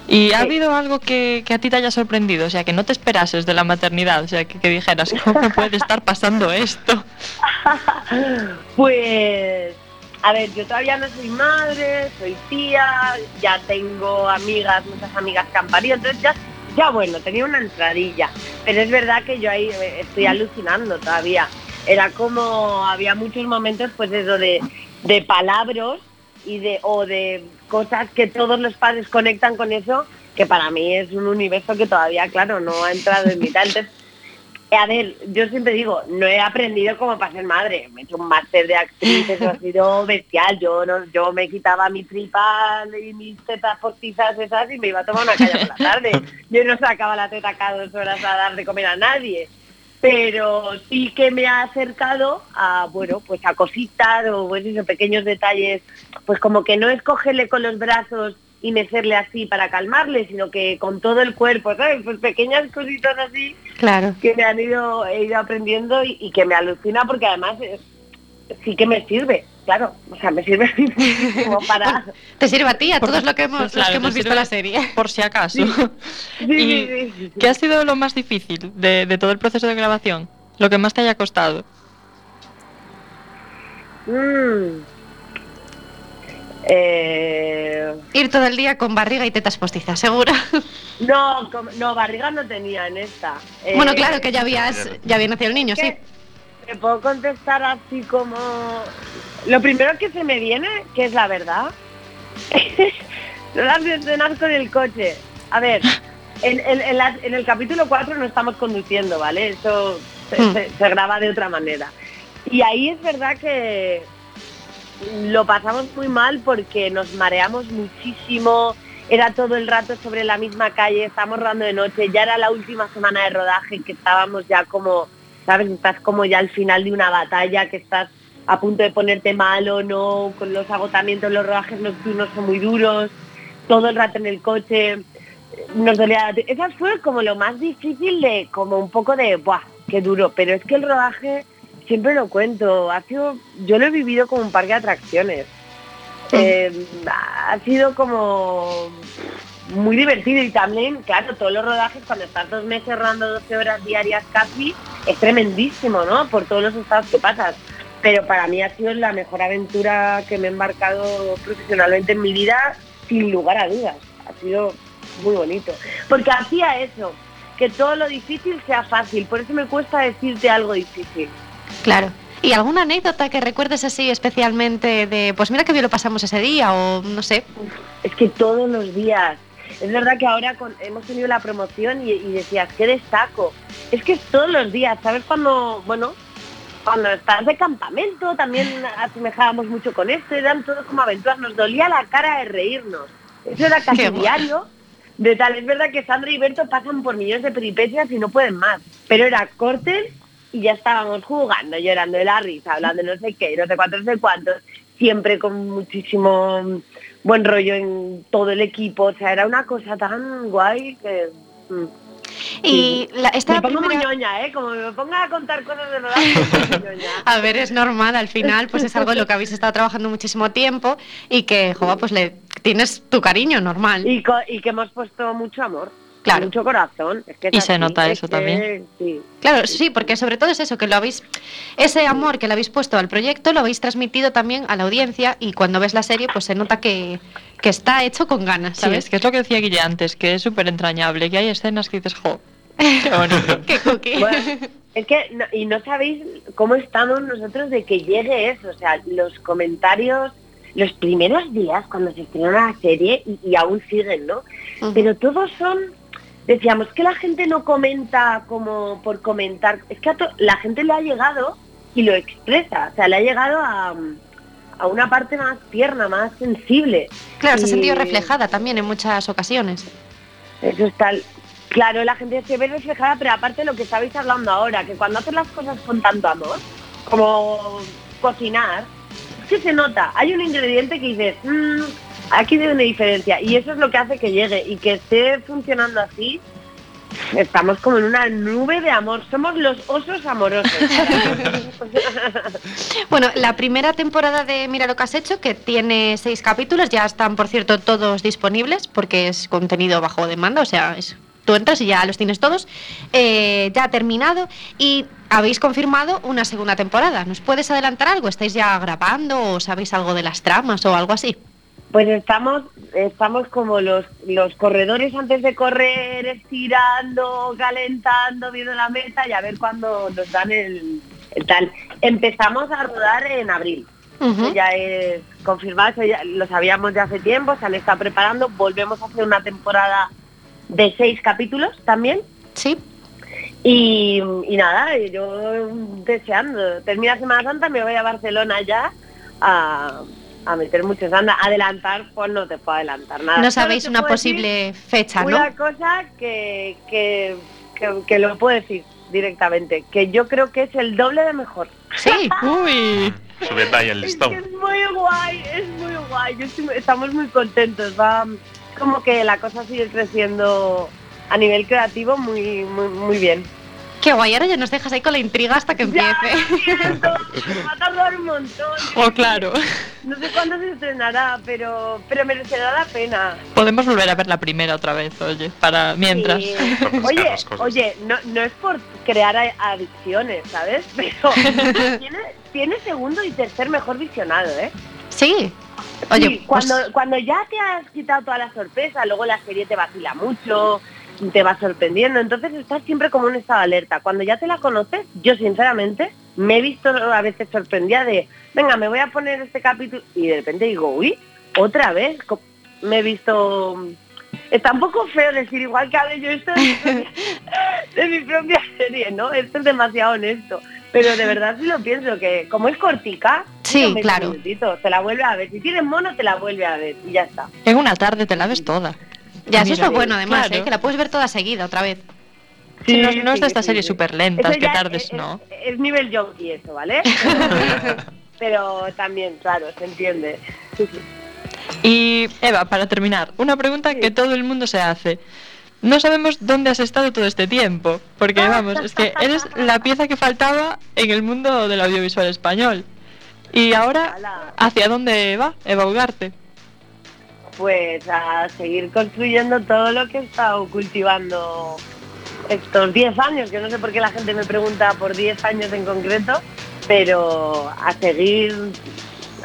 D: ¿Y ha
G: Sí.
D: habido algo que, que a ti te haya sorprendido? O sea, que no te esperases de la maternidad, o sea, que, que dijeras, ¿cómo puede estar pasando esto?
G: Pues, a ver, yo todavía no soy madre, soy tía, ya tengo amigas, muchas amigas que han parido, entonces ya, ya bueno, tenía una entradilla. Pero es verdad que yo ahí eh, estoy alucinando todavía. Era como, había muchos momentos, pues eso de, de palabras y de, o de cosas que todos los padres conectan con eso, que para mí es un universo que todavía, claro, no ha entrado en mi tal. Entonces, eh, A ver, yo siempre digo, no he aprendido como para ser madre. Me he hecho un máster de actriz, eso ha sido bestial. Yo no, yo me quitaba mi tripa y mis tetas postizas esas y me iba a tomar una caña por la tarde. Yo no sacaba la teta cada dos horas a dar de comer a nadie. Pero sí que me ha acercado a, bueno, pues a cositas o pues esos pequeños detalles. Pues como que no es cogerle con los brazos y mecerle así para calmarle, sino que con todo el cuerpo, ¿sabes? Pues pequeñas cositas así
A: Claro.
G: que me han ido, he ido aprendiendo y, y que me alucina porque además eh, sí que me sirve. claro, o sea, me sirve como para...
A: Te sirve a ti, a todos los que hemos, los
D: Claro,
A: que hemos
D: te
A: visto
D: sirve
A: la serie.
D: Por si acaso.
G: Sí,
D: Y-
G: sí, sí.
D: ¿Qué ha sido lo más difícil de, de todo el proceso de grabación? Lo que más te haya costado.
G: Mm. Eh,
A: Ir todo el día con barriga y tetas postizas, seguro.
G: no, com- no, barriga no tenía en esta. Eh,
A: bueno, claro que ya habías,
C: eh,
A: ya había nacido el niño, sí.
G: que Te puedo contestar así como... Lo primero que se me viene, que es la verdad, no las mencionas con el coche. A ver, en, en- en la- en el capítulo 4 no estamos conduciendo, ¿vale? Eso se,
A: Mm.
G: se- se graba de otra manera. Y ahí es verdad que lo pasamos muy mal porque nos mareamos muchísimo. Era todo el rato sobre la misma calle, estábamos rodando de noche, ya era la última semana de rodaje que estábamos ya como, ¿sabes? Estás como ya al final de una batalla, que estás a punto de ponerte malo, ¿no? Con los agotamientos, los rodajes nocturnos son muy duros, todo el rato en el coche, nos dolía la... Esa fue como lo más difícil de, como un poco de, ¡buah, qué duro! Pero es que el rodaje, siempre lo cuento, ha sido, yo lo he vivido como un parque de atracciones. Eh, ha sido como muy divertido y también, claro, todos los rodajes, cuando estás dos meses rodando 12 horas diarias casi, es tremendísimo, ¿no? Por todos los estados que pasas. Pero para mí ha sido la mejor aventura que me he embarcado profesionalmente en mi vida, sin lugar a dudas. Ha sido muy bonito. Porque hacía eso, que todo lo difícil sea fácil. Por eso me cuesta decirte algo difícil.
A: Claro. ¿Y alguna anécdota que recuerdes así especialmente de, pues mira que bien lo pasamos ese día o no sé?
G: Es que todos los días. Es verdad que ahora con- hemos tenido la promoción y, y decías, qué destaco. Es que es todos los días, ¿sabes? Cuando, bueno, cuando estás de campamento también asemejábamos mucho con esto, eran todos como aventuras, nos dolía la cara de reírnos. Eso era
A: Qué
G: casi
A: bueno.
G: diario. De tal, es verdad que Sandra y Berto pasan por millones de peripecias y no pueden más. Pero era corten y ya estábamos jugando, llorando de la risa, hablando de no sé qué, no sé cuántos, no sé cuántos. Siempre con muchísimo buen rollo en todo el equipo. O sea, era una cosa tan guay que... mm.
A: Y la, esta
G: Me pongo
A: primera-
G: muy ñoña, ¿eh? Como me ponga a contar cosas de rodaje, me pongo muy ñoña.
A: A ver, es normal, al final pues es algo en lo que habéis estado trabajando muchísimo tiempo y que, joa, pues le tienes tu cariño normal.
G: Y, co- y que hemos puesto mucho amor.
A: Claro.
G: Mucho corazón. Es que es
D: Y se
G: así,
D: nota
G: es
D: eso
G: que-
D: también.
G: sí.
A: Claro, sí, porque sobre todo es eso, que lo habéis, ese amor que le habéis puesto al proyecto lo habéis transmitido también a la audiencia y cuando ves la serie pues se nota que, que está hecho con ganas,
D: ¿Sabes?
A: ¿sabes?
D: Que es lo que decía Guille antes, que es súper entrañable, que hay escenas que dices, jo, qué bonito.
A: Qué cookie.
G: Bueno, es que, no- y no sabéis cómo estamos nosotros de que llegue eso, o sea, los comentarios, los primeros días cuando se estrenó la serie, y, y aún siguen, ¿no?
A: Ujú.
G: Pero todos son, decíamos, que la gente no comenta como por comentar, es que a to- la gente le ha llegado y lo expresa, o sea, le ha llegado a, a una parte más tierna, más sensible.
A: Claro, se ha sentido
G: Y-
A: reflejada también en muchas ocasiones.
G: Eso es tal. Claro, la gente se ve reflejada, pero aparte lo que estabais hablando ahora, que cuando haces las cosas con tanto amor, como cocinar, es que se nota. Hay un ingrediente que dices, "Mm, aquí hay una diferencia. Y eso es lo que hace que llegue y que esté funcionando así. Estamos como en una nube de amor. Somos los osos amorosos.
A: Bueno, la primera temporada de Mira lo que has hecho, que tiene seis capítulos, ya están, por cierto, todos disponibles porque es contenido bajo demanda, o sea, es- tú entras y ya los tienes todos, eh, ya ha terminado y habéis confirmado una segunda temporada. ¿Nos puedes adelantar algo? ¿Estáis ya grabando o sabéis algo de las tramas o algo así?
G: Pues estamos, estamos como los, los corredores antes de correr, estirando, calentando, viendo la meta y a ver cuándo nos dan el, el tal. Empezamos a rodar en abril.
A: Ujú.
G: Eso ya es confirmado, eso ya lo sabíamos ya hace tiempo, se han estado preparando. Volvemos a hacer una temporada de seis capítulos también.
A: Sí.
G: Y, y nada, yo deseando. Termina Semana Santa, me voy a Barcelona ya a, a meter muchos andas. Adelantar, pues no te puedo adelantar nada.
A: No
G: Ah, Solo
A: sabéis
G: te
A: una
G: puedo decir
A: posible fecha, ¿no?
G: Una cosa que, que, que- que lo puedo decir directamente, que yo creo que es el doble de mejor.
A: Sí.
D: Uy,
C: Subiendo ahí el
G: Es que
C: listón.
G: es muy guay, es muy guay. Yo estoy- estamos muy contentos. Va como que la cosa sigue creciendo a nivel creativo muy, muy, muy bien.
A: Qué guay, ahora ya nos dejas ahí con la intriga hasta que
G: Ya, lo
A: empiece.
G: siento, me va a tardar un montón.
D: O Oh, claro,
G: No sé cuándo se estrenará, pero, pero merecerá la pena.
D: podemos volver a ver la primera otra vez, oye, para mientras.
G: Sí.
C: Para buscar
G: Eh, Oye,
C: las cosas.
G: oye no, no es por crear a- adicciones, ¿sabes? Pero tiene, tiene segundo y tercer mejor visionado, ¿eh?
A: Sí.
G: Oye,
A: Oye, pues-
G: cuando, cuando ya te has quitado toda la sorpresa, luego la serie te vacila mucho, te va sorprendiendo, entonces estás siempre como en un estado de alerta. Cuando ya te la conoces, yo sinceramente me he visto a veces sorprendida de, venga, me voy a poner este capítulo y de repente digo, uy, otra vez, co- me he visto... Está un poco feo decir igual que hable yo esto de, de mi propia serie, ¿no? Esto es demasiado honesto. Pero de verdad sí lo pienso, que como es cortica,
A: Sí,
G: unos 20
A: claro.
G: minutitos, te la vuelve a ver. Si tienes mono, te la vuelve a ver y ya está.
D: En una tarde te la ves toda.
A: ya eso es
D: Mira,
A: lo bueno además,
D: claro.
A: ¿eh? que la puedes ver toda seguida otra vez.
D: Sí, no, no es de estas
G: sí,
D: series
G: sí.
D: súper lentas
G: Eso
D: que
G: ya
D: tardes,
G: es,
D: ¿no?
G: Es, es nivel junkie eso, ¿vale? Pero, pero también, claro, se entiende. Sí, sí.
D: Y Eva, para terminar, una pregunta que todo el mundo se hace. No sabemos dónde has estado todo este tiempo, porque vamos, es que eres la pieza que faltaba en el mundo del audiovisual español. Y ahora,
G: Ala.
D: ¿hacia dónde va Eva Ugarte?
G: Pues a seguir construyendo todo lo que he estado cultivando estos 10 años, que no sé por qué la gente me pregunta por 10 años en concreto, pero a seguir,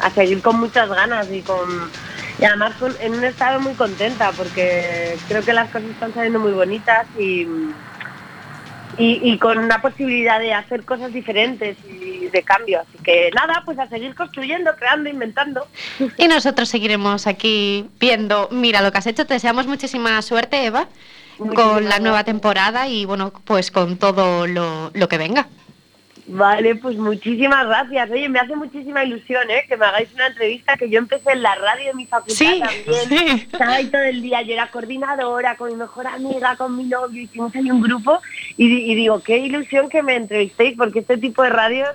G: a seguir con muchas ganas y con y además con- en un estado muy contenta porque creo que las cosas están saliendo muy bonitas y, y, y con una posibilidad de hacer cosas diferentes y de cambio. Así que nada, pues a seguir construyendo, creando, inventando.
A: Y nosotros seguiremos aquí viendo, mira lo que has hecho, te deseamos muchísima suerte, Eva,
G: Muchísimas
A: con la nueva
G: gracias.
A: temporada y bueno, pues con todo lo, lo que venga.
G: Vale, pues muchísimas gracias. Oye, me hace muchísima ilusión, ¿eh? Que me hagáis una entrevista, que yo empecé en la radio de mi facultad
A: Sí,
G: también.
D: Sí.
G: Estaba ahí todo el día, yo era coordinadora con mi mejor amiga, con mi novio, hicimos ahí un grupo y, di- y digo, qué ilusión que me entrevistéis, porque este tipo de radios,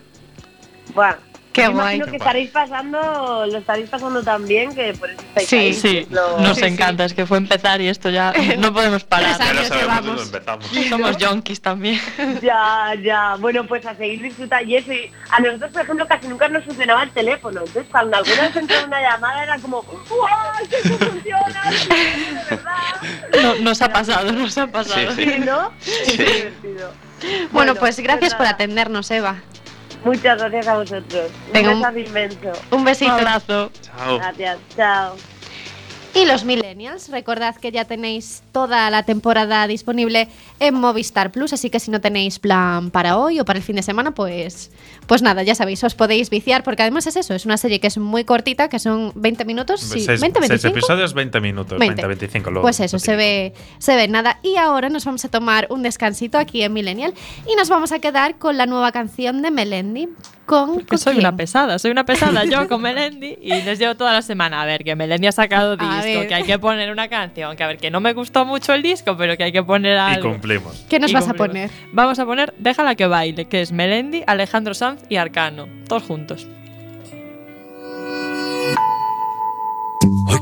G: bueno,
A: Qué
G: me imagino
A: guay.
G: que estaréis pasando, lo estaréis pasando tan bien que por eso estáis
A: Sí,
G: ahí.
D: Sí,
G: Lo-
D: nos
A: Sí, sí.
D: encanta, es que fue empezar y esto ya no podemos parar.
A: Tres
C: Ya lo
A: años
C: sabemos,
A: llevamos.
C: lo empezamos.
D: Somos yonkis también.
G: Ya, ya. Bueno, pues a seguir disfrutando. Y eso, y a nosotros, por ejemplo, casi nunca nos funcionaba el teléfono. Entonces, cuando alguna vez entraba una llamada, era como, ¡guau! ¡Que esto funciona! ¡De verdad!
D: No- nos ha pasado, nos ha pasado.
E: Sí,
G: Sí, ¿no? Es
E: Sí.
G: divertido.
A: Bueno, pues gracias por
G: nada.
A: atendernos, Eva.
G: Muchas gracias a vosotros.
A: Venga,
G: un
A: un-
G: besazo inmenso.
A: Un
D: Un
A: besito.
D: abrazo.
C: Chao.
G: Gracias. Chao.
A: Y los millennials, recordad que ya tenéis toda la temporada disponible en Movistar Plus, así que si no tenéis plan para hoy o para el fin de semana, pues, pues nada, ya sabéis, os podéis viciar, porque además es eso, es una serie que es muy cortita, que son 20 minutos, sí,
C: Seis-
A: 20,
C: seis
A: 25.
C: episodios, 20 minutos. 20, 25. Luego,
A: pues eso, se ve, se ve nada. Y ahora nos vamos a tomar un descansito aquí en Millennial y nos vamos a quedar con la nueva canción de Melendi. Con,
D: Que
A: ¿con
D: soy
A: quién?
D: una pesada, soy una pesada yo con Melendi y les llevo toda la semana a ver que Melendi ha sacado disco,
A: ver.
D: que hay que poner una canción, que a ver que no me gustó mucho el disco, pero que hay que poner
C: Y
D: algo.
C: cumplimos.
A: ¿Qué nos
D: Y
A: vas a poner?
D: cumplimos. Vamos a poner Déjala que baile, que es Melendi, Alejandro Sanz y Arcano, todos juntos.
H: Hoy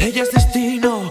I: Ella es destino,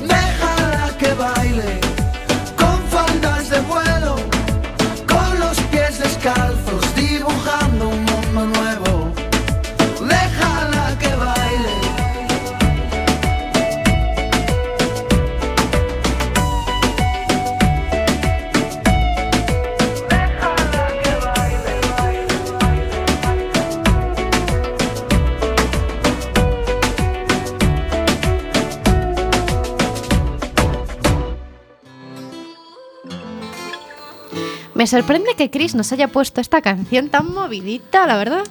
I: Déjala que baile con faldas de vuelo, con los pies descalzos dibujando un mundo nuevo. Déjala que baile.
A: Me sorprende que Chris nos haya puesto esta canción tan movidita, la verdad.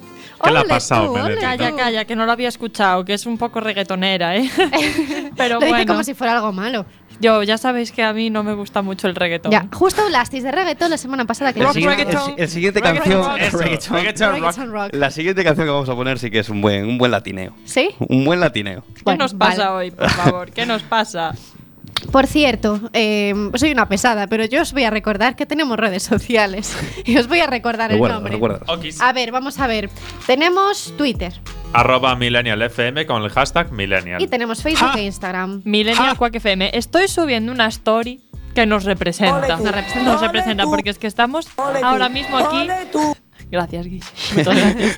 C: ¿Qué le ha
A: Ole
C: pasado,
A: tú,
C: Belén?
A: ole
D: Calla,
A: tú.
D: calla, que no lo había escuchado, que es un poco reggaetonera, ¿eh? Pero
A: Lo dice
D: bueno,
A: como si fuera algo malo.
D: yo ya sabéis que a mí no me gusta mucho el reggaeton.
A: Ya, justo hablasteis de reggaetón la semana pasada que
B: El
D: Rock,
A: dijimos-
B: siguiente, el
D: reggaeton.
B: si- el siguiente
D: Reggaeton.
B: canción.
C: Eso,
B: reggaeton.
C: reggaeton rock.
A: Reggaeton rock.
B: La siguiente canción que vamos a poner sí que es un buen, un buen latineo.
A: ¿Sí?
B: Un buen latineo.
D: ¿Qué
A: Bueno,
D: nos pasa
A: vale.
D: hoy, por favor? ¿Qué nos pasa?
A: Por cierto, eh, soy una pesada, pero yo os voy a recordar que tenemos redes sociales. Y os voy a recordar
B: Recuerda,
A: el nombre.
B: recuerda.
C: Okis.
A: A ver, vamos a ver. Tenemos Twitter
C: Arroba Millennial FM con el hashtag Millennial.
A: y tenemos Facebook
C: Ah.
A: e Instagram.
D: Millennial Quack FM, estoy subiendo una story que nos representa.
A: Nos representa.
D: Nos representa, porque es que estamos ahora mismo aquí. Gracias, Guille. Muchas gracias.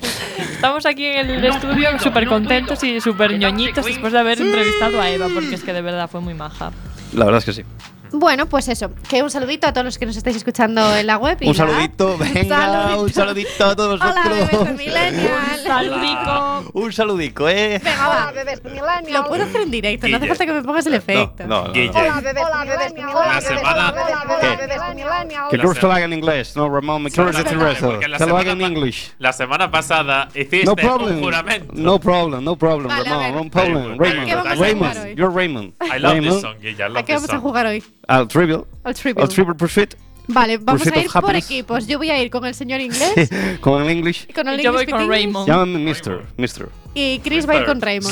D: Estamos aquí en el estudio súper contentos y súper ñoñitos después de haber entrevistado a Eva, porque es que de verdad fue muy maja.
B: La verdad es que sí.
A: Bueno, pues eso. Que un saludito a todos los que nos estáis escuchando en la web. y
B: Un
A: nada.
B: saludito, venga, un saludito a todos
A: Hola, bebés
B: vosotros.
A: millennial.
D: Saludico.
B: Un saludico, eh.
A: Venga, va. Lo puedo hacer en directo, no hace
C: Guille.
A: falta que me pongas el efecto.
B: No, no, no.
C: Guille.
B: no.
C: La semana.
B: Que
C: La
B: Cruz
C: semana-
B: lo haga en inglés, no Ramón, me
C: Claro,
B: curious
C: claro,
B: resto.
C: porque la
B: Que lo haga en
C: semana pa-
B: English.
C: La semana pasada hiciste
B: No
C: Este, un
B: problem.
C: juramento.
B: No problem, no problem,
A: Vale, a ver.
B: Ramón, no problem.
C: Raymond,
B: Raymond,
A: ¿Qué vamos a jugar hoy?
B: Raymond, you're Raymond.
C: I love
B: Raymond,
C: this song, Guille. I
A: ¿A
C: love
A: qué
C: this
A: vamos a
C: song.
A: jugar hoy?
B: Al trivial.
A: Al
B: Al
A: trivial.
B: trivial pursuit.
A: Vale, vamos
B: Pursuit
A: a
B: of
A: ir por
B: happiness.
A: equipos. Yo voy a ir con el señor inglés.
B: Con el English.
A: y con el
D: Yo voy
A: English
D: con
A: with English,
D: Raymond.
B: Llámame Mr. Mr.
A: Y Chris va a ir con Raymond.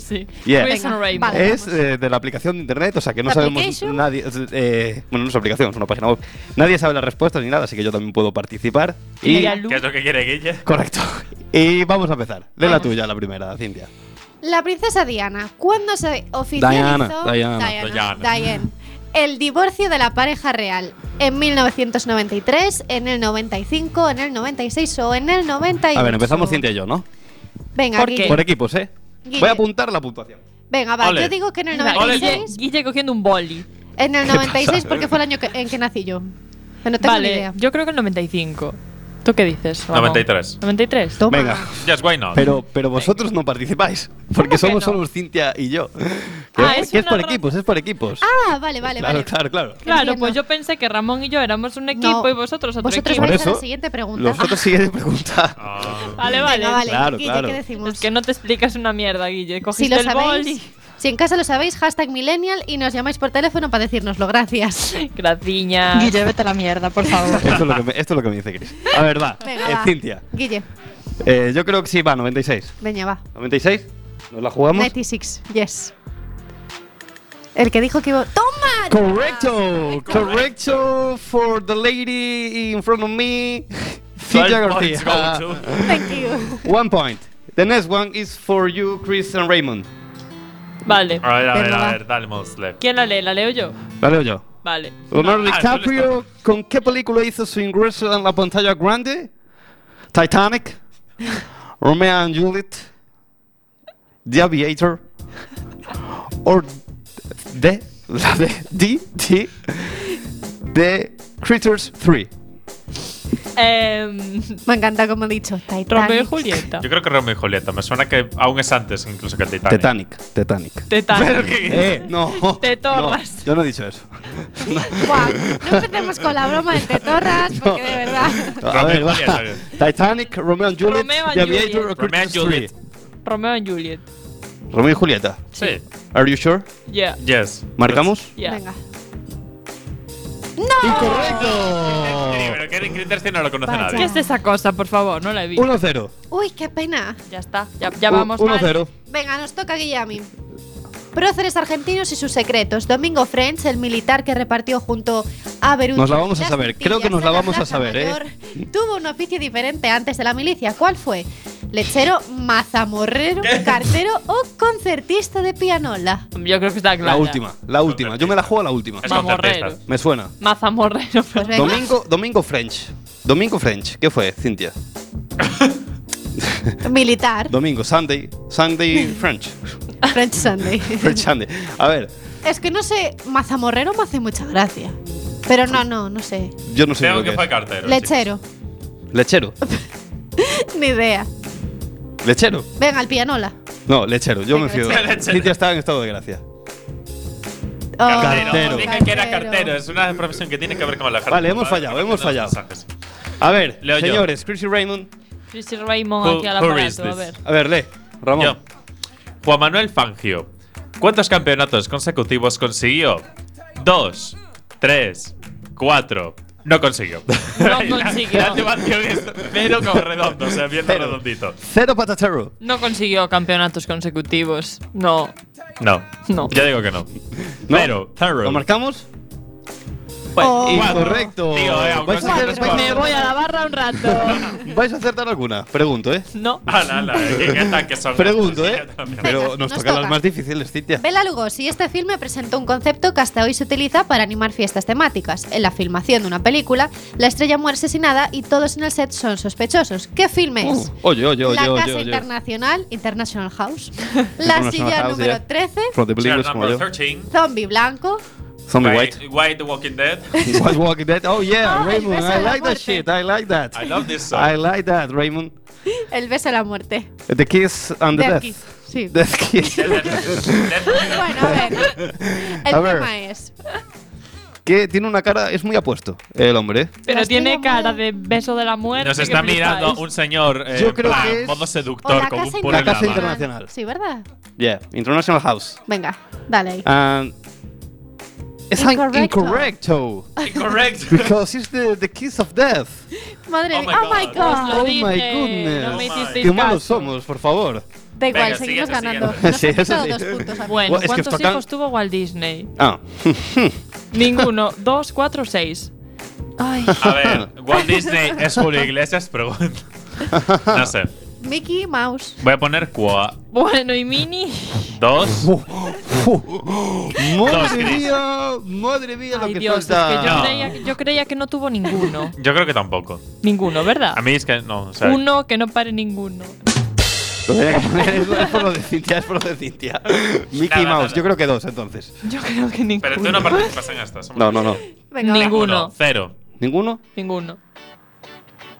D: Sí.
B: Yeah.
D: Chris and
A: Venga,
D: Raymond.
A: vale.
B: Es eh, de la aplicación de internet, o sea que no
A: ¿La
B: sabemos
A: application?
B: nadie. eh, bueno, no es aplicación, es una página web. Nadie sabe las respuestas ni nada, así que yo también puedo participar.
D: Y
B: Y.
D: la luz.
C: ¿Qué es lo que quiere Guille?
B: Correcto. Y vamos a empezar. Lee la
A: Vamos.
B: tuya, la primera, Cintia.
A: La princesa Diana, ¿cuándo se oficializó
B: Diana, Diana,
C: Diana.
A: Diane, el divorcio de la pareja real? ¿En 1993, en el 95, en el 96 o en el 98?
B: A ver, empezamos Cintia y yo, ¿no?
A: Venga,
D: ¿Por
A: Guille.
D: qué?
B: Por equipos, ¿eh?
A: Guille.
B: Voy a apuntar la puntuación.
A: Venga, va,
C: Ole.
A: yo digo que en el
D: Venga, Guille,
A: 96.
D: Guille cogiendo un boli.
A: En el
B: pasa?
A: 96 porque fue el año que- en que nací yo. No tengo ni
D: Vale,
A: idea.
D: yo creo que el 95. ¿Tú qué dices? Ramón?
C: 93.
D: 93.
A: Toma.
B: Venga.
C: Yes, why not?
B: Pero, pero vosotros no participáis, porque
D: que
B: somos
D: no?
B: solo Cintia y yo.
D: Ah,
B: Que-
D: es
B: que es
D: una
B: por
D: ro-
B: equipos, es por equipos.
A: Ah, vale, vale,
B: claro,
A: vale.
B: claro, claro.
D: Claro,
A: Entiendo.
D: pues yo pensé que Ramón y yo éramos un equipo
A: No,
D: y vosotros otro
A: Vosotros
D: equipo.
B: Por
A: vais a la
B: eso,
A: siguiente pregunta.
B: Los otros siguen preguntando.
C: Ah.
D: Vale,
A: Ah,
D: vale.
A: venga, vale.
B: Claro,
A: Guille,
B: claro.
A: ¿qué decimos?
D: Es que no te explicas una mierda, Guille.
A: Si
D: Cogiste
A: lo
D: el boli.
A: sabéis, si en casa lo sabéis, hashtag millennial y nos llamáis por teléfono para decírnoslo. Gracias.
D: Graciña.
J: Guille, vete a la mierda, por favor.
B: Esto es, lo que me, esto es lo que me dice Chris. A ver, va.
A: Venga,
B: eh,
A: va.
B: Cintia,
A: Guille.
B: Eh, yo creo que sí, va, 96.
A: Venga, va.
B: ¿96? ¿Nos la jugamos?
A: 96, yes. El que dijo que iba. ¡Toma!
B: Correcto, correcto for the lady in front of me, Cintia
C: points
B: García.
C: go to-
A: Thank you.
B: One point. The next one is for you, Chris and Raymond.
J: Vale.
C: A ver, a ver,
A: Venga,
C: a
A: va.
C: ver, dale, Mosley.
J: ¿Quién la lee? ¿La leo yo?
B: La leo yo.
J: Vale.
B: Leonardo
C: Ah,
B: DiCaprio, ¿con qué película hizo su ingreso en la pantalla grande? Titanic, Romeo and Juliet, The Aviator, or D, la D, D, D, The Critters 3.
J: Em,
A: Me encanta como he dicho. Titanic.
J: Romeo y Julieta.
C: Yo creo que Romeo y Julieta. Me suena que aún es antes incluso que el Titanic.
B: Titanic, Titanic.
J: Titanic.
B: Eh, no.
J: Te
B: no,
J: torras.
B: yo no he dicho eso.
A: Guau, no empecemos con la broma de tetorras, porque de verdad.
B: A ver, va. Titanic, Romeo and Juliet,
J: Romeo and
B: The Aviator,
J: Juliet.
B: or Critters
C: Romeo and
B: 3.
J: Romeo y Juliet.
B: Romeo y Julieta.
C: Sí.
B: Are you sure?
J: Yeah.
C: Yes.
B: ¿Marcamos?
J: yeah.
A: Venga.
B: Oh.
C: Sí, pero Kevin Critters no lo conoce
A: Vaya.
J: ¿Qué
C: nadie.
J: es esa cosa, por favor? No la he visto.
B: 1-0.
A: Uy, qué pena.
J: Ya está. Ya, ya vamos mal.
B: 1-0.
A: Venga, nos toca Guillami. Próceres argentinos y sus secretos. Domingo French, el militar que repartió junto a Beruti.
B: Nos la vamos a saber, creo que nos la vamos a saber, ¿eh?
A: Tuvo un oficio diferente antes de la milicia. ¿Cuál fue? ¿Lechero, mazamorrero, cartero o concertista de pianola?
J: Yo creo que está
B: La
J: claro.
B: última, la última. Yo me la juego a la última.
C: Es
J: Vamos,
C: concertista.
J: Rero.
B: Me suena.
J: Mazamorrero.
A: Pues venga.
B: Domingo, Domingo French. Domingo French. ¿Qué fue, Cintia?
A: Militar.
B: Domingo, Sunday. Sunday French.
A: French Sunday.
B: French Sunday. A ver,
A: es que no sé, mazamorrero me hace mucha gracia. Pero no, no, no sé.
B: yo no sé
C: Creo
B: lo
C: que
B: que
C: fue
B: es.
C: cartero.
A: Lechero.
B: Lechero.
A: Ni idea.
B: Lechero.
A: Venga, el pianola.
B: No, lechero. Yo me
A: Venga,
B: fío.
C: lechero.
B: Cintia estaba en estado de gracia.
A: Oh,
B: Cartero.
C: Cartero. Dije que era
A: Cartero.
C: cartero. Es una profesión que tiene que ver con la
B: Vale, hemos fallado, hemos fallado. A ver,
C: Leo yo.
B: señores, Chris y Raymond.
J: Chrissy Raymond
C: Who-
J: aquí al
C: who is
J: aparato. A
C: this?
J: ver.
B: A ver, lee. Ramón.
C: Yo. Juan Manuel Fangio. ¿Cuántos campeonatos consecutivos consiguió? Dos, tres, cuatro. No consiguió.
J: No
C: La-
J: consiguió.
C: La activación es cero como redondo, o sea, bien
B: Cero.
C: redondito.
B: Cero patatero.
J: No consiguió campeonatos consecutivos. No.
C: No.
J: No.
C: Ya digo que no.
B: No.
C: Pero, thorough.
B: ¿Lo marcamos?
J: Bueno,
A: Oh.
B: Incorrecto.
C: Tío, eh, aún
B: ¿Vais, a
C: no sé
B: hacer-
C: qué
B: vais-
J: Pues me voy a la barra un rato.
B: vais a acertar alguna? Pregunto, ¿eh?
J: No.
C: Ala, ala, eh, ¿qué tal que son?
B: Pregunto, ¿eh? Pero
A: Venga,
B: nos
A: nos
B: tocan
A: toca.
B: las más difíciles, Cintia.
A: Bela Lugosi, este filme presentó un concepto que hasta hoy se utiliza para animar fiestas temáticas. En la filmación de una película, la estrella muere asesinada y todos en el set son sospechosos. ¿Qué filme es?
B: Oye, oye, oye,
A: la
B: oye,
A: Casa
B: oye.
A: Internacional, International House, La
B: International
A: Silla
B: House,
A: número
B: ya.
A: 13,
B: From the Believers, como yo.
C: Number 13.
A: Zombie Blanco,
B: Zombie
C: White.
B: White.
C: White the Walking Dead.
B: White Walking Dead. Oh, yeah,
A: Ay,
B: Raymond.
A: beso de
B: I
A: la
B: like that
A: muerte.
B: shit. I like that.
C: I love this
B: I
C: song.
B: like that, Raymond.
A: El beso de la muerte.
B: The Kiss and the
A: Death
B: Death.
A: Kiss, sí.
B: Death Kiss.
A: Bueno, a ver. El
B: A ver.
A: tema es.
B: que tiene una cara. Es muy apuesto el hombre, ¿eh?
J: Pero
A: Las
J: tiene
A: tengo
J: cara
A: mal.
J: de beso de la muerte.
C: Nos
J: que
C: está
J: flipáis.
C: mirando un señor eh,
B: Yo
C: en
B: creo
C: plan,
B: que es-
C: modo
A: O
C: seductor
A: la
C: con un
A: casa,
C: puro en la
B: Casa
C: mano.
B: Internacional.
A: Sí, ¿verdad?
B: Yeah. International House.
A: Venga, dale
B: Ah.
A: ahí.
B: And. It's an-
A: Incorrecto.
B: incorrecto.
C: Incorrecto.
B: Because it's the, the kiss of death.
A: Madre
C: Oh
A: mía.
C: my
A: Oh my
C: God.
A: god.
J: Os lo
B: Oh my
J: dije, No me
B: goodness.
J: hicisteis
B: Qué malos
J: caso.
B: somos, por favor.
A: Da igual,
C: Venga,
A: seguimos
C: siguiente,
A: ganando.
C: siguiente.
A: Nos
B: Sí,
A: ha
B: eso
A: quitado
B: sí.
A: dos puntos. a mí.
J: Bueno,
B: Buah, es que os
J: ¿cuántos
B: tocan-
J: hijos tuvo Walt Disney?
B: Ah.
J: Ninguno. Dos, cuatro, seis. Ay.
C: A ver, Walt Disney es Julio Iglesias, pregunta. No sé.
A: Mickey Mouse.
C: Voy a poner cua.
J: Bueno, y Mini.
C: Dos. Dos,
B: madre
C: Chris.
B: mía, madre mía, lo
J: Ay,
B: que
J: Dios,
B: falta.
J: es que yo,
C: No.
J: creía, yo creía que no tuvo ninguno.
C: Yo creo que tampoco.
J: ninguno, ¿verdad?
C: A mí es que no. O sea,
J: Uno que no pare ninguno.
B: Lo tenía que poner, es, es por lo de Cintia, es por lo de Cintia. Mickey
C: Nada,
B: Mouse,
C: nada.
B: yo creo que dos entonces.
J: Yo creo que ninguno.
C: pero tú no participas en estas. hombre.
B: No, no, no.
A: Venga,
J: Ninguno.
A: va.
C: Uno, Cero.
B: ¿Ninguno?
J: Ninguno.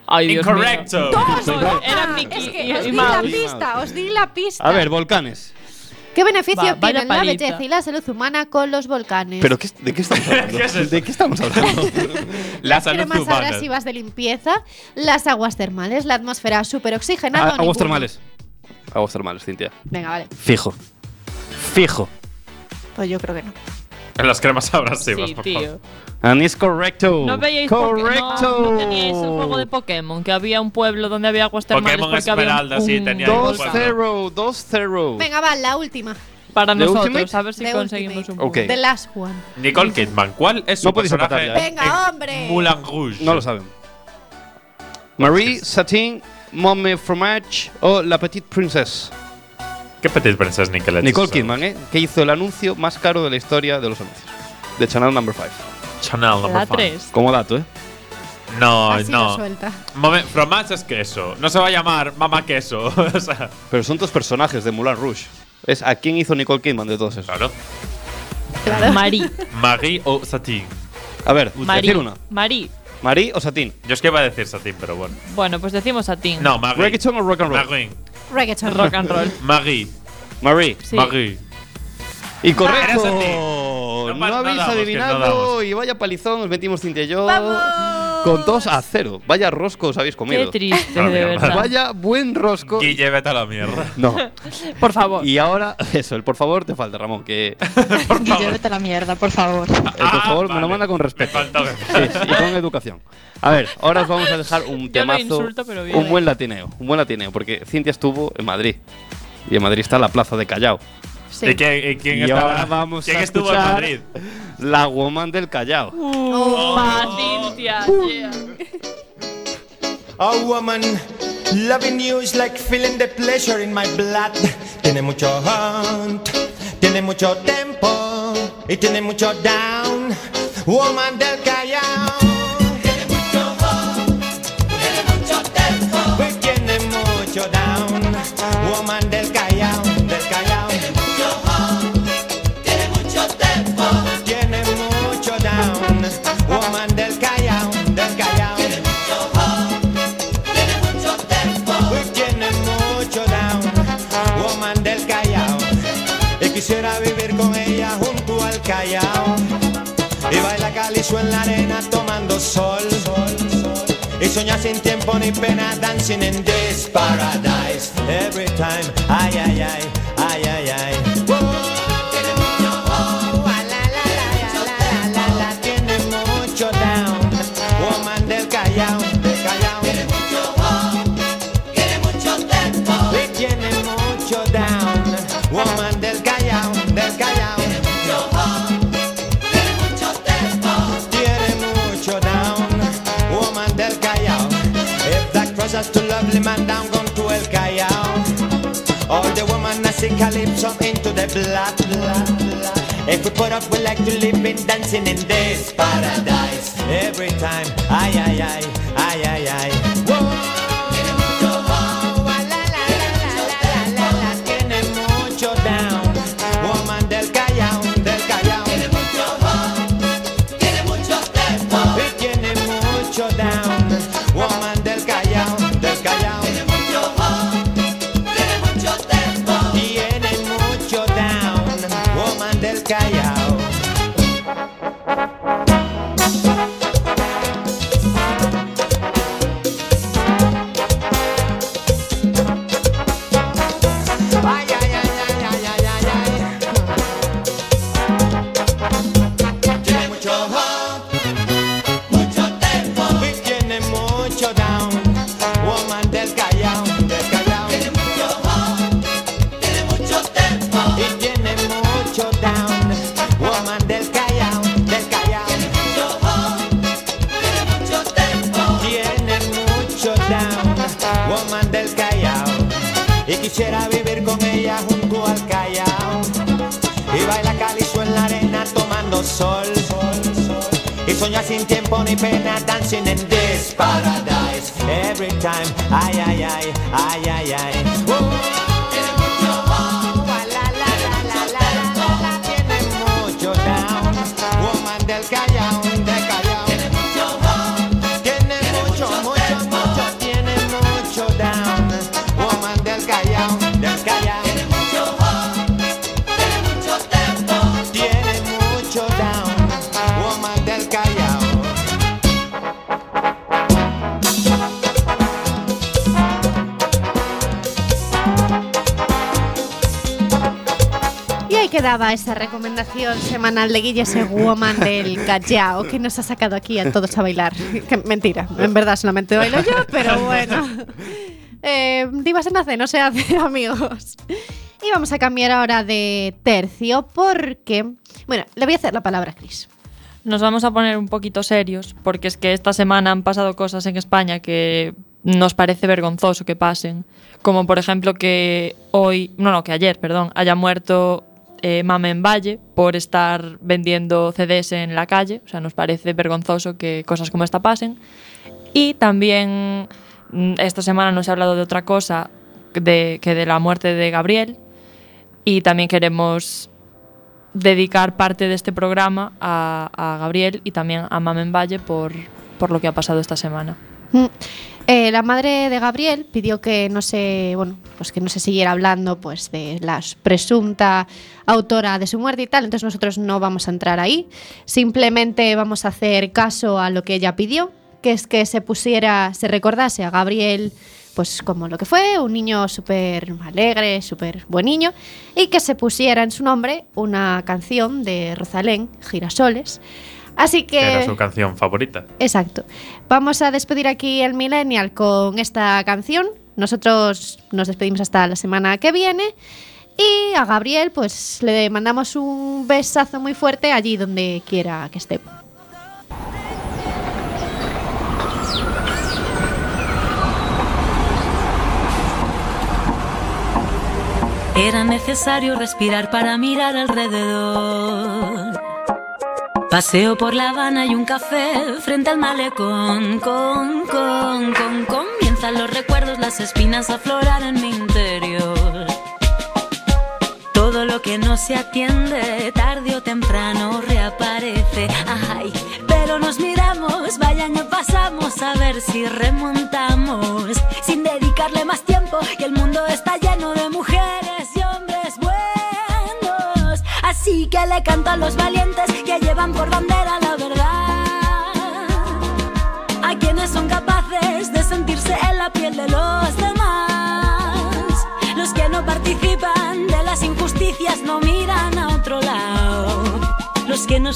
J: Ay, Dios mío.
C: Incorrecto.
J: Dos, Era
A: Ah, Es
J: Mickey
A: que
J: y-
A: os
J: y,
A: di la
J: Mouse.
A: pista, os di la pista.
B: A ver, volcanes.
A: ¿Qué
J: Va,
A: beneficio
J: vaya
A: obtienen la
J: paliza.
A: belleza y la salud humana con los volcanes?
B: ¿Pero qué, de qué estamos hablando?
C: ¿Qué es esto?
B: ¿De qué estamos hablando?
C: La
A: las
C: salud
A: cremas
C: humana.
A: abrasivas de limpieza, las aguas termales, la atmósfera superoxigenada.
B: A-
A: o
B: Ah, aguas
A: ninguna.
B: termales. Aguas termales, Cintia.
A: Venga, vale.
B: Fijo. Fijo.
A: Pues yo creo que no.
C: En las cremas abrasivas,
J: Sí,
C: por
J: tío.
C: favor.
B: And it's correcto.
J: No veíais Poké-
B: correcto.
J: No, no teníais el juego de Pokémon, que había un pueblo donde había aguas termales
C: Pokémon
J: porque había
C: Esmeralda, sí,
J: un
C: tenía ahí un
J: volcán.
B: 2-0, 2-0.
A: Venga, va, la última.
J: para
B: ¿The
J: nosotros,
B: Ultimate?
J: a ver si
A: The
J: conseguimos
A: Ultimate.
J: un
B: Ok.
J: punto.
A: The last one.
C: Nicole Kidman, ¿cuál es su
B: No podéis
C: personaje?
B: empatar ya, ¿eh?
C: en
A: Venga, hombre.
C: Moulin Rouge.
B: No lo saben. Marie Satin, Mommy Fromage o La Petite Princesse.
C: ¿Qué petit pensás, Nicole?
B: Nicole
C: Eso.
B: Kidman, ¿eh? Que hizo el anuncio más caro de la historia de los anuncios. De Channel Number 5.
C: Chanel number
J: La
C: five.
J: 3.
B: Como dato, ¿eh?
C: No,
A: Así lo
C: no.
A: suelta.
C: Momen- Fromage es queso. No se va a llamar mamá queso. o sea,
B: Pero son dos personajes de Moulin Rouge. Es a quién hizo Nicole Kidman de todos esos.
C: claro.
J: Marí.
C: Marie o Satin.
B: A ver,
J: Marí.
B: decir Pues una.
J: Marí.
B: Marie o Satin.
C: Yo es que iba a decir Satin, pero bueno.
J: Bueno, pues decimos a ti.
C: No, Marie.
B: Reggaeton o rock and roll.
C: Marie.
A: Reggaeton.
J: Rock and roll.
C: Marie.
B: Marie.
J: Sí.
C: Marie.
J: Ah,
B: Y
C: era
B: correcto.
C: Satin.
B: No,
C: No pasa- no
B: habéis
C: damos, que no
B: adivinado
C: damos.
B: y vaya palizón, nos metimos Cintia y yo.
A: ¡Vamos!
B: Con 2 a 0. Vaya rosco os habéis
J: Qué
B: comido.
J: triste,
C: Claro,
J: de
C: mira,
J: verdad.
B: Vaya buen rosco.
C: Guille, vete a la mierda.
B: No.
J: Por favor.
B: Y ahora, eso, el por favor te falta, Ramón. Que
C: Por
D: Guille,
C: favor.
D: vete a la mierda, por favor.
B: el Eh, por favor me
C: Ah, vale.
B: lo manda con
C: Me
B: respeto.
C: falta
B: Sí, sí, y con educación. A ver, ahora os vamos a dejar un
J: Yo lo
B: temazo.
J: insulto, pero bien.
B: un buen latineo. Un buen latineo, porque Cintia estuvo en Madrid. Y en Madrid está la plaza de Callao.
A: Sí.
C: ¿Y quién, y quién
B: Y
C: estaba-
B: ahora vamos
C: ¿Quién
B: a
C: estuvo en
B: escuchar-
C: Madrid?
B: La woman del Callao.
A: Oh,
J: Ufa, Cintia,
B: Uh.
J: yeah.
K: A woman loving you is like feeling the pleasure in my blood. Tiene mucho hunt, tiene mucho tempo y tiene mucho down. Woman del Callao. Tiene mucho hunt, tiene mucho tempo y tiene mucho down. Woman del Callao, del Callao. Tiene mucho tempo, tiene mucho down. Woman del Callao, del Callao. Hoy Pues tiene mucho down, woman del Callao. Y quisiera vivir con ella junto al Callao. Y baila calizo en la arena tomando sol. Y soñar sin tiempo ni pena, dancing in this paradise. Every time, ay, ay, ay, ay, ay, ay. Wow. Ah, la, la, la, la, la, la, la. Tiene mucho down, woman del Callao, del Callao. Y tiene mucho down, woman del Callao, del Callao. Tiene mucho down, woman del Callao. If that crosses to lovely man down, gone to el Callao. All the women I see calypso into the blood, blood, blood. If we put up, we like to live in dancing in this paradise. Every time, ay, ay, ay, ay, ay, ay. Whoa, ah, la, la, la, la, la, la, la. Tiene mucho down, woman del Callao, del Callao. Y tiene mucho down, woman del Callao, del Callao. Tiene mucho down, woman del Callao. Ay, ay, ay, ay, ay, ay, ay, ay. Tiene mucho up, mucho tempo y tiene mucho down, woman del Callao, del Callao. Y tiene mucho down, woman del Callao, del Callao. Tiene mucho down, woman del Callao. Y quisiera vivir con ella junto al Callao. Y baila calizo en la arena tomando sol. Y soñar sin tiempo ni pena, dancing in this paradise. Every time, ay, ay, ay, ay, ay, ay. Oh, la, la, la, la, la, la, la, tiene mucho down. Woman del Callao, del Callao. Tiene mucho, mucho, mucho, tiene mucho down. Woman del Callao, del Callao. Tiene mucho down, woman del Callao.
A: Y ahí queda quedaba esa recomendación semanal de Guille Seguoman del Callao que nos ha sacado aquí a todos a bailar? Que mentira, en verdad solamente bailo yo, pero bueno. Eh, divas en hace, no se hace, amigos. Y vamos a cambiar ahora de tercio porque. Bueno, le voy a hacer la palabra a Chris.
D: Nos vamos a poner un poquito serios, porque es que esta semana han pasado cosas en España que nos parece vergonzoso que pasen. Como por ejemplo que hoy, no, no, que ayer, perdón, haya muerto eh, Mame en Valle por estar vendiendo CDs en la calle. O sea, nos parece vergonzoso que cosas como esta pasen. Y también mm, esta semana nos ha hablado de otra cosa de- que de la muerte de Gabriel. Y también queremos dedicar parte de este programa a, a Gabriel y también a Mamen Valle por, por lo que ha pasado esta semana.
A: Mm. Eh, la madre de Gabriel pidió que no se, bueno, pues que no se siguiera hablando pues de la presunta autora de su muerte y tal, entonces nosotros no vamos a entrar ahí, simplemente vamos a hacer caso a lo que ella pidió, que es que se pusiera, se recordase a Gabriel pues como lo que fue, un niño súper alegre, súper buen niño, y que se pusiera en su nombre una canción de Rosalén, Girasoles. Así que...
C: Que era su canción favorita.
A: Exacto. Vamos a despedir aquí el Millennial con esta canción. Nosotros nos despedimos hasta la semana que viene. Y a Gabriel, pues le mandamos un besazo muy fuerte allí donde quiera que esté.
L: Era necesario respirar para mirar alrededor. Paseo por La Habana y un café frente al malecón. Con, con, con, comienzan los recuerdos, las espinas a aflorar en mi interior. Todo lo que no se atiende, tarde o temprano reaparece. Ay, pero nos miramos, vaya año pasamos a ver si remontamos. Sin dedicarle más tiempo, que el mundo está lleno de mujeres y hombres buenos. Así que le canto a los valientes que llevan por bandera la verdad. A quienes son capaces de sentirse en la piel de los demás. Los que no participan de las injusticias no miran a otro lado. Los que no